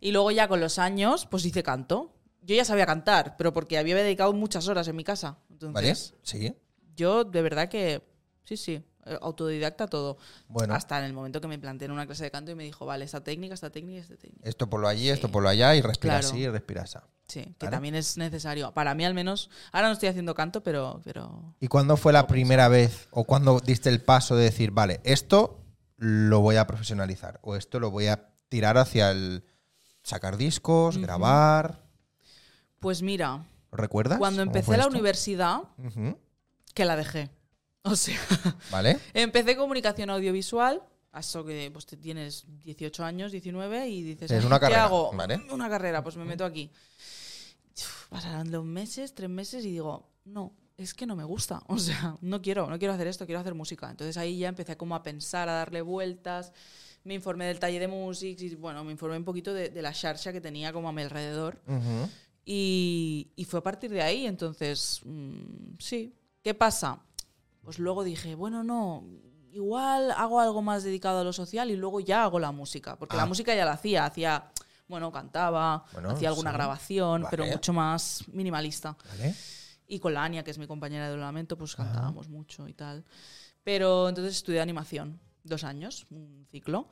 Y luego ya con los años, pues hice canto. Yo ya sabía cantar, pero porque había dedicado muchas horas en mi casa.
¿Vale?
Entonces,
Sí.
yo de verdad que, sí, sí, eh, autodidacta todo.
Bueno,
Hasta en el momento que me planteé en una clase de canto y me dijo, vale, esta técnica, esta técnica, esta técnica.
esto por lo allí, esto
Sí.
por lo allá y respira
Claro.
así y respira así.
Sí, que
Vale.
también es necesario. Para mí al menos, ahora no estoy haciendo canto, pero... pero
¿Y cuándo fue
pues,
la primera vez o cuándo diste el paso de decir, vale, esto lo voy a profesionalizar o esto lo voy a tirar hacia el sacar discos, grabar?
pues mira,
¿Recuerdas?
cuando
cómo
empecé
fue
la
esto?
universidad,
Ujú,
que la dejé. O sea,
¿Vale?
empecé comunicación audiovisual, a eso que pues, te tienes 18 años, 19, y dices,
Es
"Ay,
una
¿qué
carrera,
hago?
¿vale?
Una carrera, pues me meto aquí. Uf, Pasarán dos meses, tres meses, y digo, no, es que no me gusta. O sea, no quiero, no quiero hacer esto, quiero hacer música. Entonces ahí ya empecé como a pensar, a darle vueltas. Me informé del taller de música y bueno, me informé un poquito de, de la charcha que tenía como a mi alrededor.
Ujú.
Y, y fue a partir de ahí, entonces, mm, sí. ¿Qué pasa? Pues luego dije, bueno, no, igual hago algo más dedicado a lo social y luego ya hago la música, porque
Ah.
la música ya la hacía, hacía, bueno, cantaba,
Bueno,
hacía alguna
sí.
grabación, pero
Vale.
mucho más minimalista.
¿Vale?
Y con la Ania, que es mi compañera de lamento, pues
Ah.
cantábamos mucho y tal. Pero entonces estudié animación, dos años, un ciclo.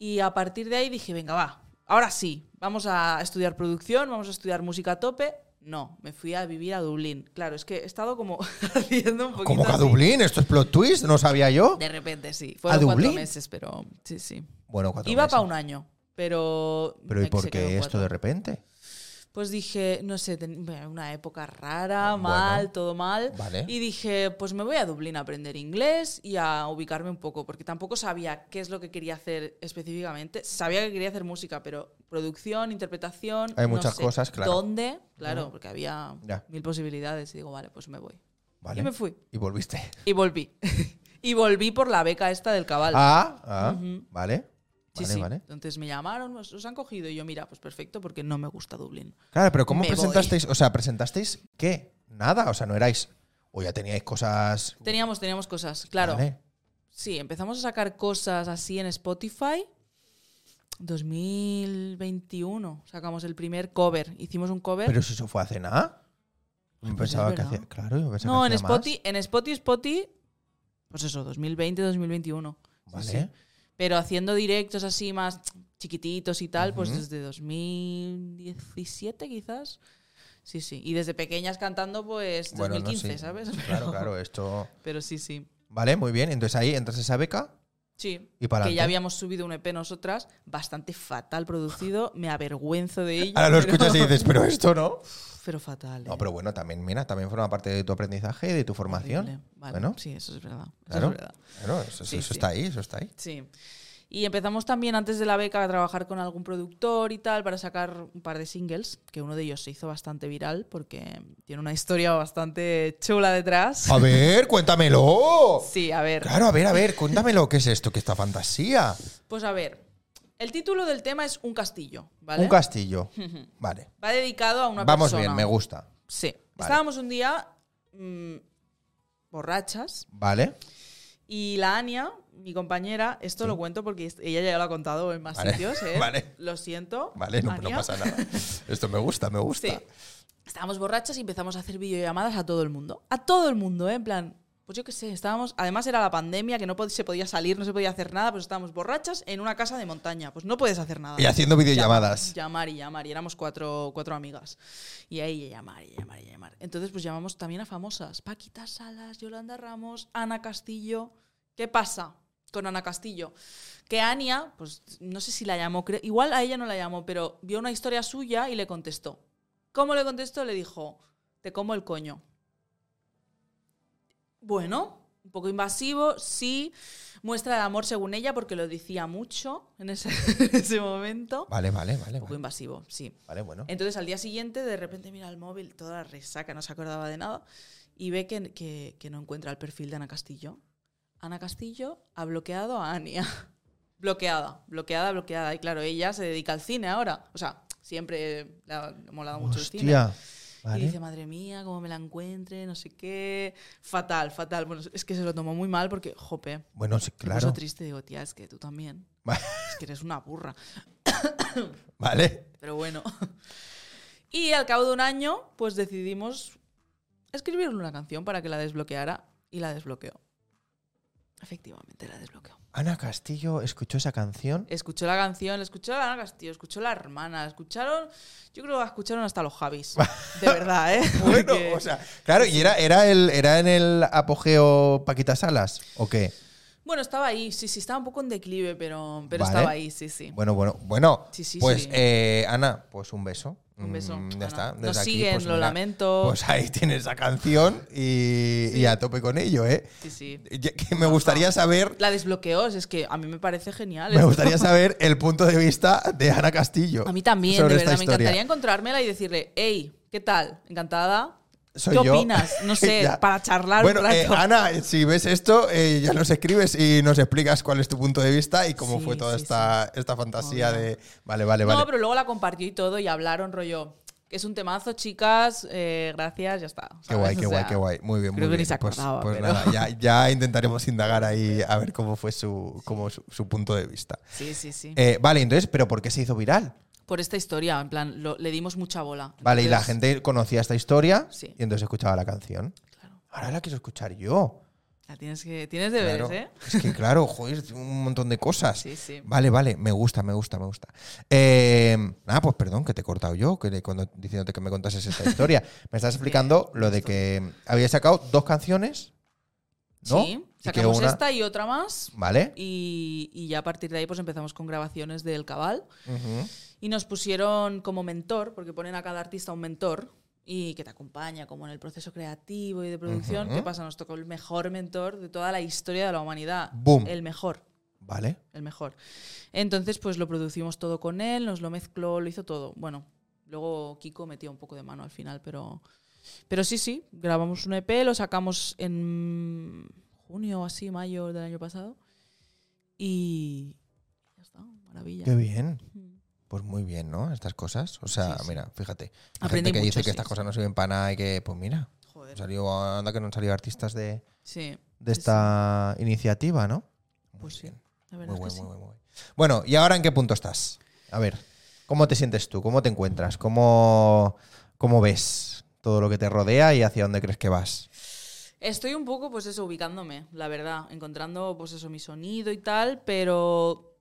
Y a partir de ahí dije, venga, va, ahora sí, vamos a estudiar producción, vamos a estudiar música a tope. No, me fui a vivir a Dublín. Claro, es que he estado como haciendo un poquito.
¿Cómo que a
así.
Dublín? ¿Esto es plot twist? ¿No sabía yo?
De repente, sí. Fueron cuatro
Dublín?
meses, pero sí, sí.
Bueno, cuatro
Iba
meses.
para un año, pero.
Pero
me-
¿y por
se quedó
qué esto
cuatro.
de repente?
Pues dije, no sé, ten- bueno, una época rara,
Ah, Bueno,
mal, todo mal.
vale.
Y dije, pues me voy a Dublín a aprender inglés y a ubicarme un poco, porque tampoco sabía qué es lo que quería hacer específicamente. Sabía que quería hacer música, pero producción, interpretación.
Hay
no
muchas
sé
cosas, claro.
¿Dónde? Claro, porque había
Ya.
mil posibilidades. Y digo, vale, pues me voy.
¿Vale?
Y me fui.
Y volviste.
Y volví. y volví por la beca esta del cabal.
Ah, ah, ¿vale?
Sí,
Vale,
sí.
vale.
Entonces me llamaron, os os han cogido y yo, mira, pues perfecto, porque no me gusta Dublín.
Claro, pero ¿cómo
Me
presentasteis? O sea, ¿presentasteis qué? Nada, o sea, no erais. O ya teníais cosas.
Teníamos, teníamos cosas, claro.
Vale.
Sí, empezamos a sacar cosas así en Spotify. 2021 sacamos el primer cover. Hicimos un cover.
Pero si eso fue hace nada. Yo
¿Eh? pues es
pensaba que
verdad.
hacía. Claro, yo pensaba
no,
que
en
hacía más.
Spotify, en Spotify, Spotify. Pues eso, 2020, 2021. Sí,
Vale.
sí. Pero haciendo directos así más chiquititos y tal, pues desde 2017 quizás. Sí, sí. Y desde pequeñas cantando, pues 2015,
no, sí.
¿sabes?
Claro, claro, esto.
Pero sí, sí.
Vale, muy bien. Entonces ahí entras a esa beca
Sí.
y para
que ya
adelante.
habíamos subido un EP nosotras, bastante fatal producido, me avergüenzo de ello.
Ahora lo
pero-
escuchas y dices, pero esto no.
Pero fatal.
No,
eh.
pero bueno, también, mira, también forma parte de tu aprendizaje y de tu
Horrible.
formación.
Vale,
Bueno,
Sí, eso es verdad. Eso
claro,
es verdad.
claro, eso,
Sí,
eso
sí.
está ahí, eso está ahí.
Sí. Y empezamos también antes de la beca a trabajar con algún productor y tal para sacar un par de singles, que uno de ellos se hizo bastante viral porque tiene una historia bastante chula detrás.
A ver, cuéntamelo.
Sí, a ver.
Ah. Claro, a ver, a ver, cuéntamelo. ¿Qué es esto? ¿Qué esta fantasía?
Pues a ver, el título del tema es Un castillo, ¿vale?
Un castillo. Vale.
Va dedicado a una
Vamos
persona.
bien, me gusta.
Sí.
Vale.
Estábamos un día mm, borrachas
Vale.
Y la Ania, mi compañera, esto lo cuento porque es- ella ya lo ha contado en más
Vale,
sitios, ¿eh?
vale.
Lo siento.
Vale, no, no
Ania.
pasa nada. Esto me gusta, me gusta.
Sí. Estábamos borrachas y empezamos a hacer videollamadas a todo el mundo. A todo el mundo, ¿eh? En plan, pues yo qué sé, estábamos. Además, era la pandemia que no pod- se podía salir, no se podía hacer nada, pues estábamos borrachas en una casa de montaña. Pues no puedes hacer nada.
Y haciendo videollamadas.
Llamar y llamar. Y éramos cuatro, cuatro amigas. Y ahí llamar y llamar y llamar. Entonces, pues llamamos también a famosas. Paquita Salas, Yolanda Ramos, Ana Castillo. ¿Qué pasa con Ana Castillo? Que Ania, pues no sé si la llamó, cre- igual a ella no la llamó, pero vio una historia suya y le contestó. ¿Cómo le contestó? Le dijo, te como el coño. Bueno, un poco invasivo, sí. Muestra de amor según ella, porque lo decía mucho en ese, en ese momento.
Vale, vale, vale.
Un poco
Vale,
invasivo, sí.
Vale, bueno.
Entonces al día siguiente de repente mira el móvil, toda la resaca, no se acordaba de nada, y ve que, que- que no encuentra el perfil de Ana Castillo. Ana Castillo ha bloqueado a Ania. bloqueada, bloqueada, bloqueada. Y claro, ella se dedica al cine ahora. O sea, siempre le ha molado mucho el cine.
Hostia.
Y dice,
Vale.
madre mía, cómo me la encuentre, no sé qué. Fatal, fatal. Bueno, es que se lo tomó muy mal porque, jope,
Bueno, sí,
me puso
claro.
triste. Digo, tía, es que tú también.
Va-
Es que eres una burra.
Vale.
Pero bueno. Y al cabo de un año, pues decidimos escribirle una canción para que la desbloqueara y la desbloqueó. Efectivamente, la desbloqueó.
Ana Castillo escuchó esa canción.
Escuchó la canción, la escuchó la Ana Castillo, escuchó la hermana, la escucharon. Yo creo que la escucharon hasta los Javis. De verdad, ¿eh?
Bueno,
Porque-
o sea, claro, y era, era, el, era en el apogeo Paquita Salas, ¿o qué?
Bueno, estaba ahí, sí, sí, estaba un poco en declive, pero, pero
Vale.
estaba ahí, sí, sí.
Bueno, bueno, bueno.
Sí, sí,
pues,
sí.
eh, Ana, pues un beso.
Un beso,
Mm, ya
Ana.
está.
Nos
desde aquí,
siguen,
pues
lo
mira,
lamento.
Pues ahí tienes esa canción y, y a tope con ello, ¿eh?
Sí, sí.
Ya que me gustaría saber.
La desbloqueó, es que a mí me parece genial.
Me
esto.
gustaría saber el punto de vista de Ana Castillo.
A mí también,
Oh, sobre
de
esta
verdad. Me
historia.
encantaría encontrármela y decirle, hey, ¿qué tal? Encantada.
Soy
¿Qué
yo.
opinas? No sé,
Ya.
para charlar
Bueno,
un rato.
eh, Ana, si ves esto, eh, ya nos escribes y nos explicas cuál es tu punto de vista y cómo
Sí,
fue toda
sí,
esta, esta fantasía
Obvio.
de. Vale, vale,
No,
vale.
pero luego la compartió y todo y hablaron rollo. Es un temazo, chicas. eh, gracias, ya está.
Qué
¿sabes?
guay,
O
qué guay,
sea,
qué guay. Muy bien, muy
creo que ni
bien.
se
Pues-
acordaba,
pues
pero-
nada, ya, ya intentaremos indagar ahí a ver cómo fue su, cómo su, su punto de vista.
Sí, sí, sí.
Eh, vale, entonces, ¿pero por qué se hizo viral?
Por esta historia, en plan, lo- le dimos mucha bola.
Vale, y la
Entonces,
gente conocía esta historia
Sí.
y entonces escuchaba la canción.
claro,
Ahora la quiero escuchar yo.
la tienes, que, tienes deberes,
Claro.
¿eh?
Es que claro, joder, un montón de cosas.
Sí, sí.
Vale, vale, me gusta, me gusta, me gusta. Eh, nada, pues perdón, que te he cortado yo que le- cuando, diciéndote que me contases esta historia. Me estás explicando lo de que habías sacado dos canciones, ¿no?
Sí,
Y que
sacamos
una-
esta y otra más.
Vale.
Y, y ya a partir de ahí pues empezamos con grabaciones del Cabal.
Ujú.
Y nos pusieron como mentor, porque ponen a cada artista un mentor y que te acompaña como en el proceso creativo y de producción.
Ujú.
¿Qué pasa? Nos tocó el mejor mentor de toda la historia de la humanidad.
Boom.
El mejor,
Vale.
el mejor. Entonces, pues lo producimos todo con él, nos lo mezcló, lo hizo todo. Bueno, luego Kiko metió un poco de mano al final, pero, pero sí, sí, grabamos un EP, lo sacamos en junio o así, mayo del año pasado. Y ya está, maravilla.
Qué bien.
Mm.
Pues muy bien, ¿no? Estas cosas. O sea,
Sí, sí.
mira, fíjate. Hay
Aprendí
gente que
mucho,
dice que
sí,
estas
sí.
cosas no sirven para nada y que, pues mira,
Joder.
han salido, anda que no han salido artistas de,
Sí.
de
sí, sí.
esta iniciativa, ¿no? Muy
Pues sí,
bien.
La verdad
Muy
es que
buen, muy buen,
sí.
muy buen. Bueno, ¿y ahora en qué punto estás? A ver, ¿cómo te sientes tú? ¿Cómo te encuentras? ¿Cómo, cómo ves todo lo que te rodea y hacia dónde crees que vas?
Estoy un poco, pues eso, ubicándome, la verdad, encontrando, pues eso, mi sonido y tal, pero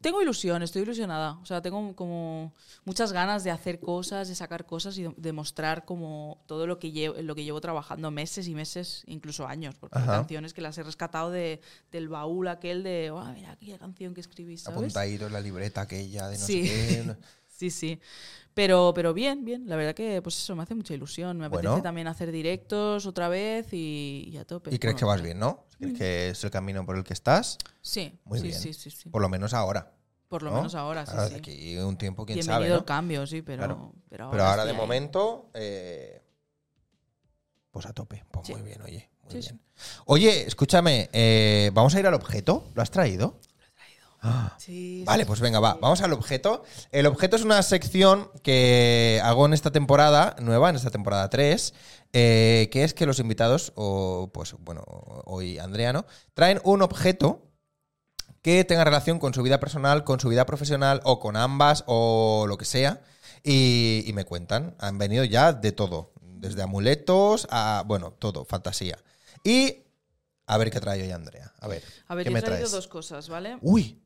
tengo ilusión, estoy ilusionada. O sea, tengo como muchas ganas de hacer cosas, de sacar cosas y de- de mostrar como todo lo que llevo, lo que llevo trabajando meses y meses, incluso años, porque hay
Ajá.
canciones que las he rescatado de, del baúl aquel de, "Buah, mira aquella canción que escribí, ¿sabes?
Apuntadito en la libreta aquella de no
Sí.
sé qué. no-
Sí, sí. Pero, pero bien, bien. La verdad que pues eso me hace mucha ilusión. Me apetece
Bueno.
también hacer directos otra vez y, y a tope.
Y crees
Bueno,
que vas
tope.
bien, ¿no?
Mm.
¿Crees que es el camino por el que estás?
Sí,
Muy
sí,
bien.
sí, sí, sí. Por,
Por lo menos ahora.
lo
¿no?
menos ahora, Ah, sí,
Claro,
sí.
de aquí un tiempo, quién
Bienvenido
sabe. ¿no?
el cambio, sí, pero,
Claro.
pero ahora,
Pero ahora de
estoy ahí.
momento, eh, pues a tope. Pues
Sí.
muy bien, oye. Muy
Sí,
bien. Oye, escúchame, eh, ¿vamos a ir al objeto? ¿Lo has traído? Ah,
Sí, sí,
Vale, pues venga, va. Vamos al objeto. El objeto es una sección que hago en esta temporada, nueva, en esta temporada 3, eh, que es que los invitados, o pues bueno, hoy Andreano, traen un objeto que tenga relación con su vida personal, con su vida profesional o con ambas o lo que sea. Y, y me cuentan, han venido ya de todo, desde amuletos a, bueno, todo, fantasía. Y a ver qué trae hoy Andrea. A ver,
A
pues,
ver,
¿qué
yo
me
he traído
traes? Uh.
dos cosas, ¿vale?
Uy,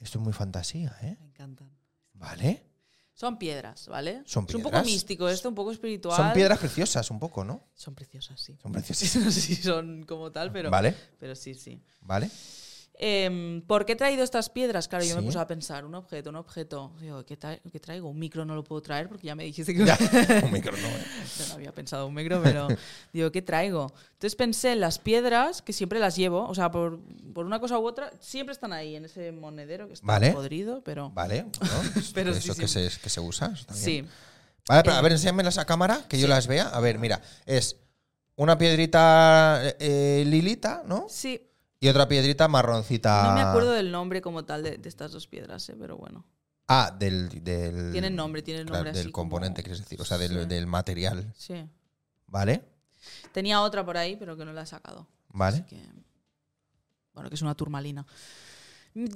esto es muy fantasía, ¿eh?
Me encantan.
Vale.
Son piedras, ¿vale?
Son
Es un poco
piedras.
místico esto, un poco espiritual.
Son piedras preciosas, un poco, ¿no?
Son preciosas, sí.
Son preciosas.
No sé si son como tal, pero,
Vale,
pero sí, sí.
vale.
Em, ¿Por qué he traído estas piedras? Claro, yo me
Sí.
puse a pensar, un objeto, un objeto. Digo, ¿qué, tra- qué traigo? Un micro no lo puedo traer porque ya me dijiste que...
Ya, un micro no, ¿eh?
Yo no había pensado un micro, pero digo, ¿qué traigo? Entonces pensé en las piedras, que siempre las llevo, o sea, por, por una cosa u otra, siempre están ahí, en ese monedero que está
Vale.
podrido, pero...
Vale, bueno,
Pero sí,
eso que, se, que se usa. está bien.
Sí,
Vale, pero a
Eh,
ver, enséñamelas a cámara, que yo
sí.
las vea. A ver, mira, es una piedrita eh, eh, lilita, ¿no?
sí.
Y otra piedrita marroncita.
No me acuerdo del nombre como tal de, de estas dos piedras, eh, pero bueno.
Ah, del. del
Tienen nombre, tienen
claro,
nombre así
Del componente,
como-
quieres decir, o sea, del,
Sí.
del material.
Sí.
Vale,
Tenía otra por ahí, pero que no la he sacado. Así
vale.
que- bueno, que es una turmalina.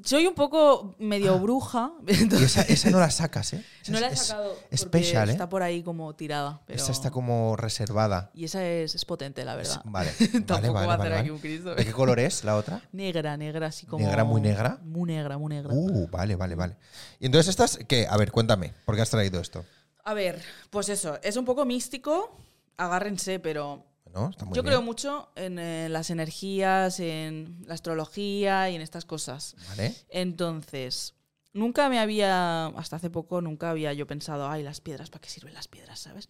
Soy un poco medio bruja,
Ah. Y
entonces
esa, esa no la sacas, ¿eh? Esa
no
es-
la he
es-
sacado.
es
porque
special, ¿eh?
Está por ahí como tirada. Pero...
Esa está como reservada.
Y esa es, es potente, la
Es-
verdad.
Vale, vale,
Tampoco
vale.
va a
vale,
hacer aquí
vale.
un Cristo.
¿De qué color es la otra?
Negra, negra, así como.
¿Negra, muy negra?
Muy negra, muy negra.
Uh, vale, vale, vale. Y entonces estas, ¿qué? A ver, cuéntame, ¿por qué has traído esto?
A ver, pues eso, es un poco místico. Agárrense, pero
¿No? Está muy
yo
bien.
creo mucho en eh, las energías, en la astrología y en estas cosas.
Vale.
Entonces, nunca me había, hasta hace poco, nunca había yo pensado, ay, las piedras, ¿para qué sirven las piedras, sabes?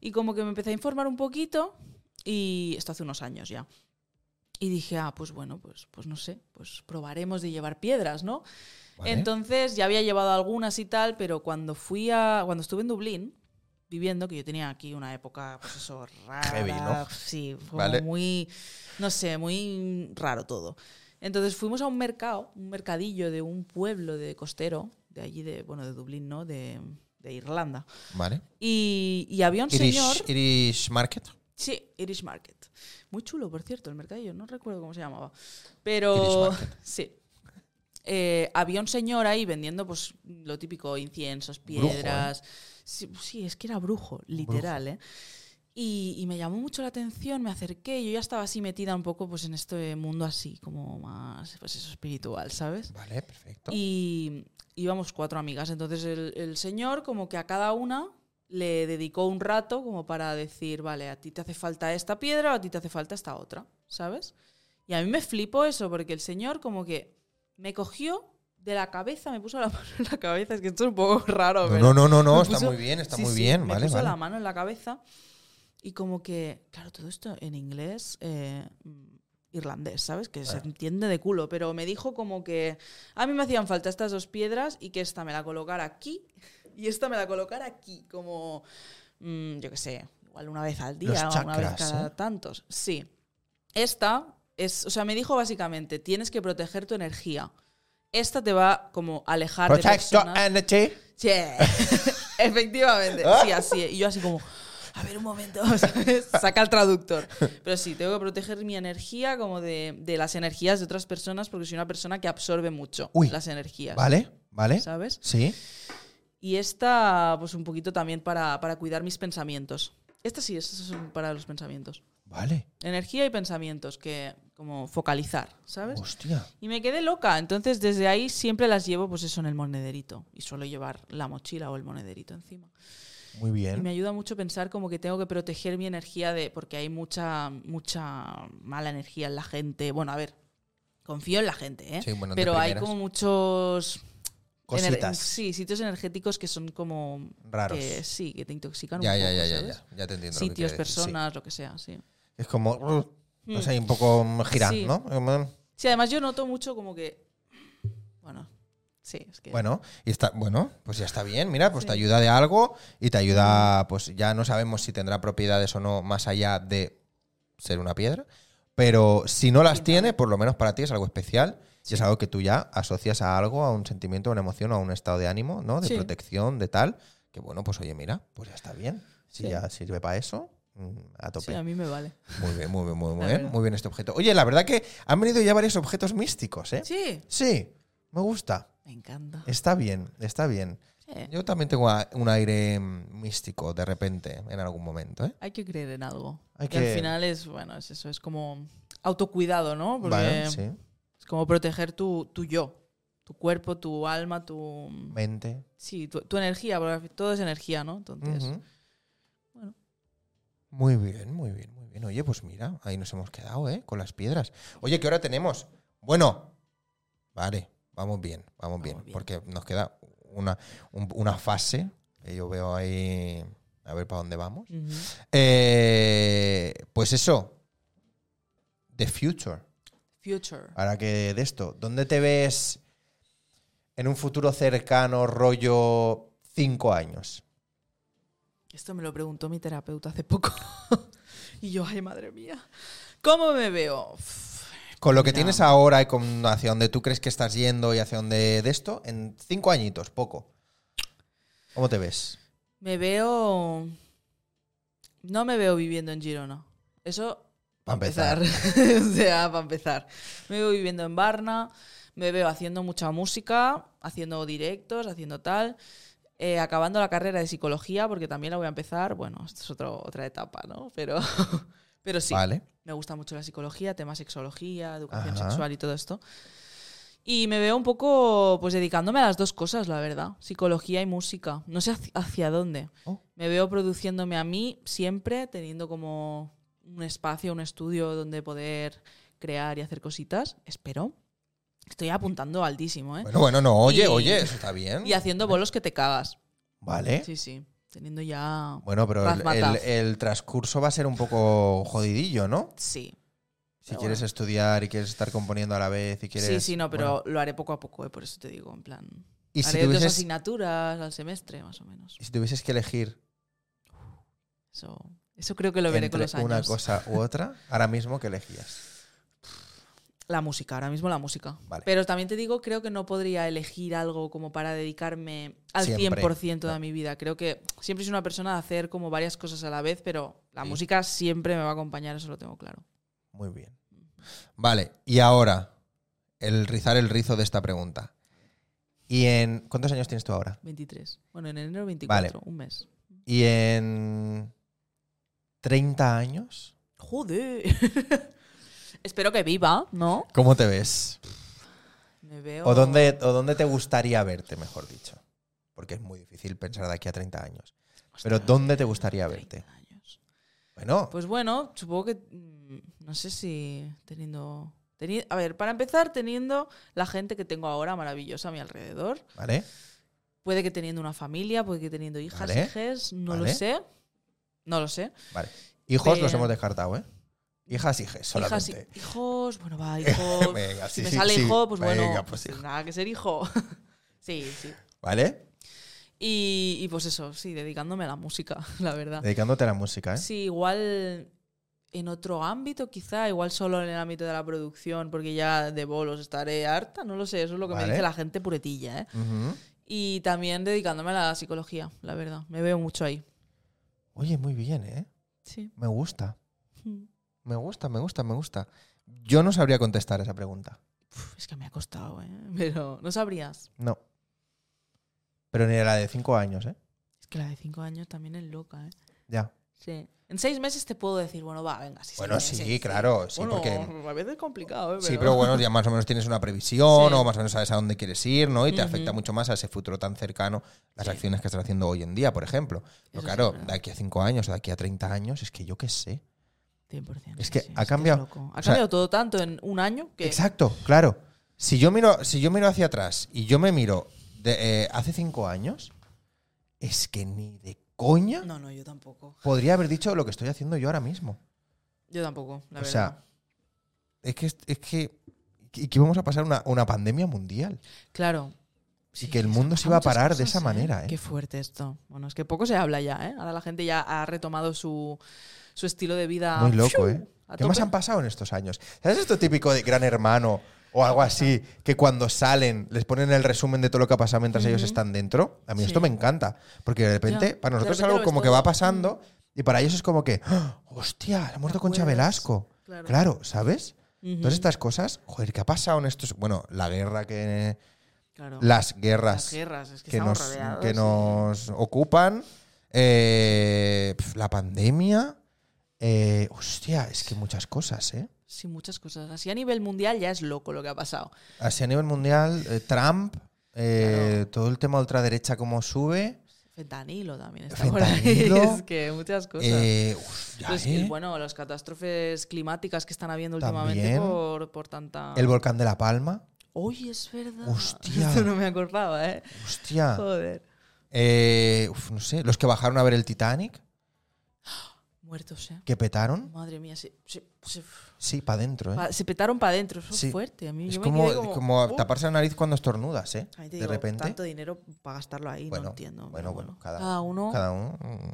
Y como que me empecé a informar un poquito, y esto hace unos años ya. Y dije, ah, pues bueno, pues, pues no sé, pues probaremos de llevar piedras, ¿no?
vale.
Entonces ya había llevado algunas y tal, pero cuando fui a. cuando estuve en Dublín viviendo, que yo tenía aquí una época, pues eso, rara.
Heavy, ¿no?
Sí, como
Vale.
muy. No sé, muy raro todo. Entonces fuimos a un mercado, un mercadillo de un pueblo de costero, de allí de, bueno, de Dublín, ¿no? De, de Irlanda.
vale.
Y, y había un señor.
Irish, Irish Market.
Sí, Irish Market. Muy chulo, por cierto, el mercadillo. No recuerdo cómo se llamaba.
Irish
Pero
Market.
sí. Eh, había un señor ahí vendiendo, pues, lo típico, inciensos,
Brujo, ¿eh?
piedras. Sí, sí, es que era brujo, literal, ¿eh? Y, y me llamó mucho la atención, me acerqué, yo ya estaba así metida un poco pues en este mundo así, como más pues eso, espiritual, ¿sabes?
Vale, perfecto.
Y íbamos cuatro amigas. Entonces el, el señor, como que a cada una le dedicó un rato como para decir, vale, a ti te hace falta esta piedra o a ti te hace falta esta otra, ¿sabes? Y a mí me flipó eso, porque el señor como que me cogió de la cabeza, me puso la mano en la cabeza, es que esto es un poco raro,
No,
pero
no, no, no, no,
me
está
puso-
muy bien, está
sí,
muy
sí,
bien,
me
vale,
puso
vale.
la mano en la cabeza y como que, claro, todo esto en inglés eh, mm, irlandés, ¿sabes? Que se
Claro.
entiende de culo, pero me dijo como que a mí me hacían falta estas dos piedras y que esta me la colocara aquí y esta me la colocara aquí, como, mm, yo qué sé, igual una vez al día,
Los
una vez
chakras,
cada
¿eh?
tantos. Sí. Esta es, o sea, me dijo básicamente, tienes que proteger tu energía. Esta te va como a alejar de
Protect your
personas.
energy.
Sí, efectivamente. Sí, así. es. Y yo así como, a ver un momento, ¿sabes? saca el traductor. Pero sí, tengo que proteger mi energía como de, de las energías de otras personas porque soy una persona que absorbe mucho
Uy,
las energías.
Vale, vale.
¿Sabes?
Sí.
Y esta, pues un poquito también para, para cuidar mis pensamientos. Esta sí, esta es para los pensamientos.
Vale.
Energía y pensamientos, que como focalizar, ¿sabes?
Hostia.
Y me quedé loca, entonces desde ahí siempre las llevo pues eso en el monederito y suelo llevar la mochila o el monederito encima.
Muy
Y me
bien.
ayuda mucho pensar como que tengo que proteger mi energía de porque hay mucha mucha mala energía en la gente. Bueno, a ver, confío en la gente, ¿eh?
Sí, bueno, de
Pero hay
primeras.
como muchos ener-
Cositas.
sí, sitios energéticos que son como
Raros.
que sí, que te intoxican
Ya,
un
ya,
poco,
ya, ya,
¿sabes?
ya. Ya te entiendo. lo que
Sitios,
quieres decir, sí.
personas, lo que sea, sí.
Es como. uh, No
Mm.
sé, un poco mm, girán,
Sí.
¿no? Como- mm,
Sí, además yo noto mucho como que bueno, sí, es que
Bueno, y está, bueno, pues ya está bien, mira, pues te
Sí.
ayuda de algo y te ayuda, pues ya no sabemos si tendrá propiedades o no más allá de ser una piedra, pero si no las
Sí,
tiene, por lo menos para ti es algo especial y es algo que tú ya asocias a algo, a un sentimiento, a una emoción, a un estado de ánimo, ¿no? De
Sí.
protección, de tal, que bueno, pues oye, mira, pues ya está bien, si
Sí.
ya sirve para eso, mm, a tope.
sí, a mí me vale.
Muy bien, muy bien, muy, muy
La
bien,
verdad.
muy bien este objeto. Oye, la verdad que han venido ya varios objetos místicos, ¿eh?
Sí,
Sí, me gusta.
me encanta.
Está bien, está bien.
Sí.
Yo también tengo a- un aire mm, místico de repente en algún momento, ¿eh?
Hay que creer en algo.
Hay
que... al
que-
final es, bueno, es eso, es como autocuidado, ¿no? Porque
Vale, sí.
es como proteger tu, tu yo, tu cuerpo, tu alma, tu.
Mente.
Sí, tu, tu energía, porque todo es energía, ¿no? Entonces,
ujú.
bueno.
Muy bien, muy bien, muy bien. Oye, pues mira, ahí nos hemos quedado, ¿eh? Con las piedras. Oye, ¿qué hora tenemos? Bueno, vale, vamos bien, vamos, bien,
bien.
Porque nos queda una, un- una fase que yo veo ahí. A ver para dónde vamos.
ujú.
Eh, pues eso. The future.
future.
Ahora que de esto, ¿dónde te ves en un futuro cercano, rollo cinco años?
Esto me lo preguntó mi terapeuta hace poco. y yo, ay, madre mía. ¿Cómo me veo? Uf,
Con lo que
Mira.
tienes ahora y con hacia dónde tú crees que estás yendo y hacia dónde de esto, en cinco añitos, poco. ¿Cómo te ves?
Me veo. No me veo viviendo en Girona. Eso
Pa'
para
empezar.
empezar. o sea, para empezar. Me veo viviendo en Barna, me veo haciendo mucha música, haciendo directos, haciendo tal. eh, acabando la carrera de psicología, porque también la voy a empezar. Bueno, esto es otro- otra etapa, ¿no? Pero, pero sí.
Vale.
Me gusta mucho la psicología, temas sexología, educación
Ajá.
sexual y todo esto. Y me veo un poco pues dedicándome a las dos cosas, la verdad. Psicología y música. No sé hacia- hacia dónde.
Oh.
Me veo produciéndome a mí siempre, teniendo como un espacio, un estudio donde poder crear y hacer cositas. Espero. Estoy apuntando altísimo, ¿eh?
Bueno, bueno, no, oye,
Y-
oye, eso está bien.
y haciendo bolos que te cagas.
Vale.
Sí, sí. Teniendo ya...
Bueno, pero el,
Razzmatazz.
el- el transcurso va a ser un poco jodidillo, ¿no?
Sí.
Si
Pero
quieres estudiar y quieres estar componiendo a la vez y quieres.
Sí, sí, no, pero
bueno.
lo haré poco a poco, ¿eh? por eso te digo, en plan...
¿Y si
Haré dos
tuvieses-
asignaturas al semestre, más o menos.
y si tuvieses que elegir
Eso, eso creo que lo veré
entre
con los años.
una cosa u otra, ahora mismo que elegías.
La música, ahora mismo la música.
Vale.
Pero también te digo, creo que no podría elegir algo como para dedicarme al
Siempre.
100% de
No.
mi vida. Creo que siempre soy una persona de hacer como varias cosas a la vez, pero la
Sí.
música siempre me va a acompañar, eso lo tengo claro.
Muy bien. Vale, y ahora, el rizar el rizo de esta pregunta. ¿Y en cuántos años tienes tú ahora?
23. Bueno, en enero 24, un mes.
¿Y en 30 años?
Joder. Espero que viva, ¿no?
¿Cómo te ves?
Me veo.
¿O dónde, ¿O dónde te gustaría verte, mejor dicho? Porque es muy difícil pensar de aquí a 30 años. Pero
Ostras,
¿dónde te gustaría
30
verte?
años.
Bueno,
Pues bueno, supongo que. mm, No sé si teniendo. teni- a ver, para empezar, teniendo la gente que tengo ahora maravillosa a mi alrededor.
¿vale?
Puede que teniendo una familia, puede que teniendo hijas,
Vale.
hijes, no
Vale.
lo sé. No lo sé.
Vale. Hijos los
Pero-
hemos descartado, ¿eh? Hijas, hijes,
Hijas,
solamente.
hi- hijos, bueno, va, hijos.
Venga,
si
sí,
me
sí,
sale
sí.
hijo, pues
Venga,
bueno,
pues
sin
hijo.
nada que ser hijo. sí, sí.
¿Vale?
Y, y pues eso, sí, dedicándome a la música, la verdad.
Dedicándote a la música, ¿eh?
Sí, igual en otro ámbito, quizá, igual solo en el ámbito de la producción, porque ya de bolos estaré harta, no lo sé, eso es lo que
Vale.
me dice la gente puretilla, ¿eh?
Ujú.
Y también dedicándome a la psicología, la verdad, me veo mucho ahí.
Oye, muy bien, ¿eh?
Sí.
Me gusta, me gusta, me gusta, me gusta. Yo no sabría contestar esa pregunta.
Uf, es que me ha costado, ¿eh? Pero no sabrías.
No. Pero ni la de cinco años, ¿eh?
Es que la de cinco años también es loca, ¿eh?
Ya.
Sí. En seis meses te puedo decir, bueno, va, venga. Sí,
Bueno,
seis
sí,
meses,
claro, sí,
Bueno,
porque-
A veces es complicado, ¿eh?
Sí, pero bueno, ya más o menos tienes una previsión
Sí.
o más o menos sabes a dónde quieres ir, ¿no? Y te
Ujú.
afecta mucho más a ese futuro tan cercano las acciones que estás haciendo hoy en día, por ejemplo. Pero
Eso sí
claro,
es verdad.
de aquí a 5 años o de aquí a 30 años, es que yo qué sé.
100%,
Es que
sí,
ha cambiado-
loco. Ha
o sea-
cambiado todo tanto en un año que.
Exacto, claro. Si yo miro, si yo miro hacia atrás y yo me miro de, eh, hace 5 años, es que ni de coña
No, no, yo tampoco.
podría haber dicho lo que estoy haciendo yo ahora mismo.
Yo tampoco, la
o
verdad.
sea, es que es que y que íbamos a pasar una, una pandemia mundial.
claro.
y que el
es-
mundo se iba a
muchas
parar de esa
¿eh?
manera, ¿eh?
Qué fuerte esto. Bueno, es que poco se habla ya, ¿eh? Ahora la gente ya ha retomado su, su estilo de vida.
Muy loco,
Ah, ¡fiu!
¿eh?
a
¿Qué más
tope.
han pasado en estos años? ¿Sabes esto típico de Gran Hermano o algo así? Que cuando salen les ponen el resumen de todo lo que ha pasado mientras ellos
Ujú.
están dentro. A mí esto
Sí.
me encanta. Porque de repente,
Ya,
para
de
nosotros
repente
es
lo
algo
ves
como que
todo.
va pasando y para ellos es como que, ¡Ah! ¡hostia! Ha muerto Concha
acuerdas?
Velasco.
Pues, Claro.
Claro, ¿sabes?
Ujú,
Todas estas cosas, joder, ¿qué ha pasado en estos. Bueno, la guerra que.
claro.
Las
Las
guerras
guerras, es que,
que
estamos
nos,
rodeados.
que
sí.
nos ocupan. eh, pf, la pandemia. eh, hostia, es que muchas cosas, ¿eh?
Sí, muchas cosas. Así a nivel mundial ya es loco lo que ha pasado.
Así a nivel mundial, eh, Trump, eh,
Claro.
todo el tema ultraderecha como sube.
Fentanilo también está por ahí.
Fentanilo.
Es que muchas cosas.
eh, hostia,
Los-
¿eh?
Bueno, las catástrofes climáticas que están habiendo últimamente
También.
por, por tanta.
El volcán de La Palma.
Oye, es verdad.
Hostia. Ah.
Esto no me acordaba, ¿eh?
Hostia.
Joder.
eh, uf, no sé, los que bajaron a ver el Titanic,
Muertos, ¿eh?
que petaron.
Madre mía, se, se, se-
Sí, para adentro, ¿eh?
pa- se petaron para adentro. Eso
Sí.
es fuerte. A mí
Es
yo me
como,
quedé como,
como
"Uh".
taparse la nariz cuando estornudas, ¿eh?
Ahí te
De
digo,
repente.
Tanto dinero para gastarlo ahí, no entiendo. pero
Bueno, bueno, cada,
uno.
Cada uno. mm,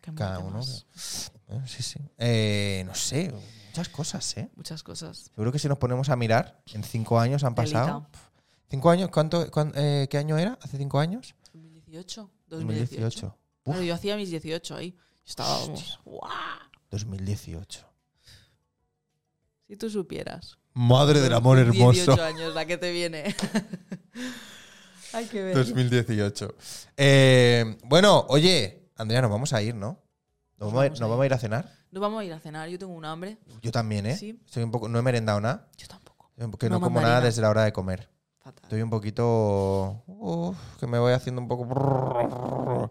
que
cada
muerte
uno,
más.
eh, Sí, sí. Eh, no sé, muchas cosas, ¿eh?
Muchas cosas.
Seguro que si nos ponemos a mirar, en cinco años han
Telita.
pasado. pf, ¿Cinco años? ¿Cuánto, cuán- eh, ¿Qué año era? ¿Hace cinco años?
2018. 2018.
Uf,
Claro, yo hacía mis 18 ahí. Yo estaba, vamos,
Hostia.
¡guau!
2018.
Si tú supieras.
Madre del amor hermoso.
18 años, la que te viene. Hay que ver.
2018. Eh, bueno, oye, Andrea, nos vamos a ir, ¿no? ¿Nos,
Nos
vamos, a ir,
vamos a
nos
ir.
vamos a ir a cenar?
Nos vamos a ir a cenar, yo tengo un hambre.
Yo también, ¿eh?
Sí.
Estoy un poco, no he merendado nada.
Yo tampoco.
Que
Una
no como
mandarina.
nada desde la hora de comer.
Fatal.
Estoy un poquito. uf, que me voy haciendo un poco.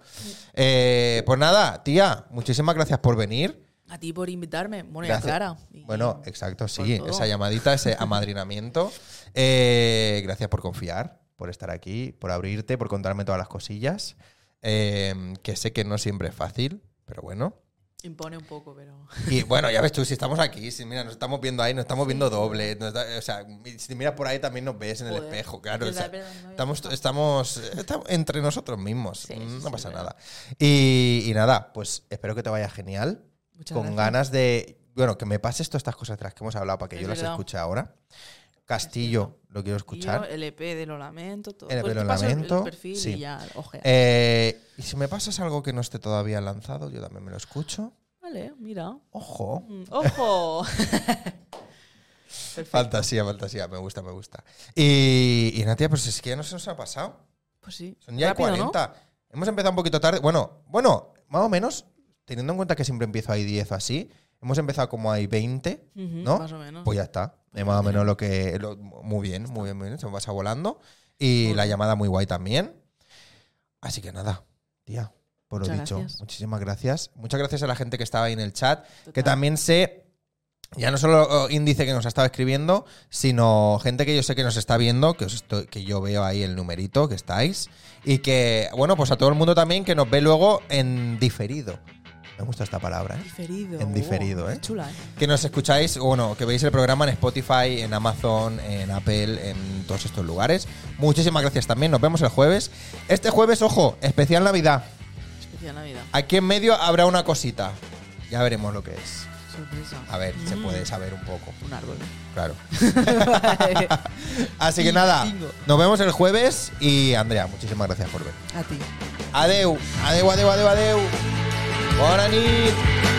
Eh, pues nada, tía, muchísimas gracias por venir.
A ti por invitarme. Bueno, y
Gracias.
a Clara. Y-
Bueno, exacto, sí,
todo.
esa llamadita, ese amadrinamiento. Eh, gracias por confiar, por estar aquí, por abrirte, por contarme todas las cosillas. eh, que sé que no siempre es fácil, pero bueno.
Impone un poco, pero.
Y bueno, ya ves tú, si estamos aquí, si mira, nos estamos viendo ahí, nos estamos viendo doble. nos da- o sea, si te miras por ahí también nos ves en el
Joder.
espejo, claro. o
Verdad,
sea,
verdad, no había
Estamos,
pensado.
estamos, estamos entre nosotros mismos.
Sí, sí,
no
sí,
pasa
verdad.
nada. Y, y nada, pues espero que te vaya genial.
Muchas
con
gracias.
ganas de. Bueno, que me pases todas estas cosas de las que hemos hablado para que
Es
yo las
verdad.
escuche ahora. Castillo, lo quiero
Y
escuchar.
yo, eh, el EP de Lo Lamento, todo.
El EP
Pues
de
te
Lo
paso el-
Lamento,
El perfil
sí.
y ya, ojea.
Eh, y si me pasas algo que no esté todavía lanzado, yo también me lo escucho.
Vale, mira.
Ojo.
Mm, ¡Ojo! Perfecto.
Fantasía, fantasía, me gusta, me gusta. Y, y Natia, pues es que ya no se nos ha pasado.
Pues sí.
Son ya
Rápido,
40. Hemos empezado un poquito tarde. Bueno, bueno, más o menos, teniendo en cuenta que siempre empiezo ahí 10 o así, hemos empezado como hay 20,
¿no? Ujú,
¿no?
Más o menos.
Pues ya está. Es más o menos lo que. lo- muy bien, muy bien, muy bien. Se me pasa volando. Y
Muy
la
bien.
llamada muy guay también. Así que nada, tía, por lo
Muchas
dicho,
gracias.
muchísimas gracias. Muchas gracias a la gente que estaba ahí en el chat. Que
Total.
también sé, ya no solo oh, índice que nos ha estado escribiendo, sino gente que yo sé que nos está viendo, que, os estoy- que yo veo ahí el numerito que estáis. Y que, bueno, pues a todo el mundo también que nos ve luego en diferido. Me gusta esta palabra, ¿eh?
Diferido.
En diferido,
Wow,
¿eh?
qué Chula, ¿eh?
Que nos escucháis, bueno, que veis el programa en Spotify, en Amazon, en Apple, en todos estos lugares. Muchísimas gracias también, nos vemos el jueves. Este jueves, ojo, especial Navidad.
Especial Navidad.
Aquí en medio habrá una cosita. Ya veremos lo que es.
Sorpresa.
A ver, se
Mm,
puede saber un poco,
Un árbol.
claro.
Vale.
Así que
Bingo,
nada,
bingo.
nos vemos el jueves y Andrea, muchísimas gracias por venir.
A ti.
Adeu, adeu, adeu, adeu, adeu. Bona nit.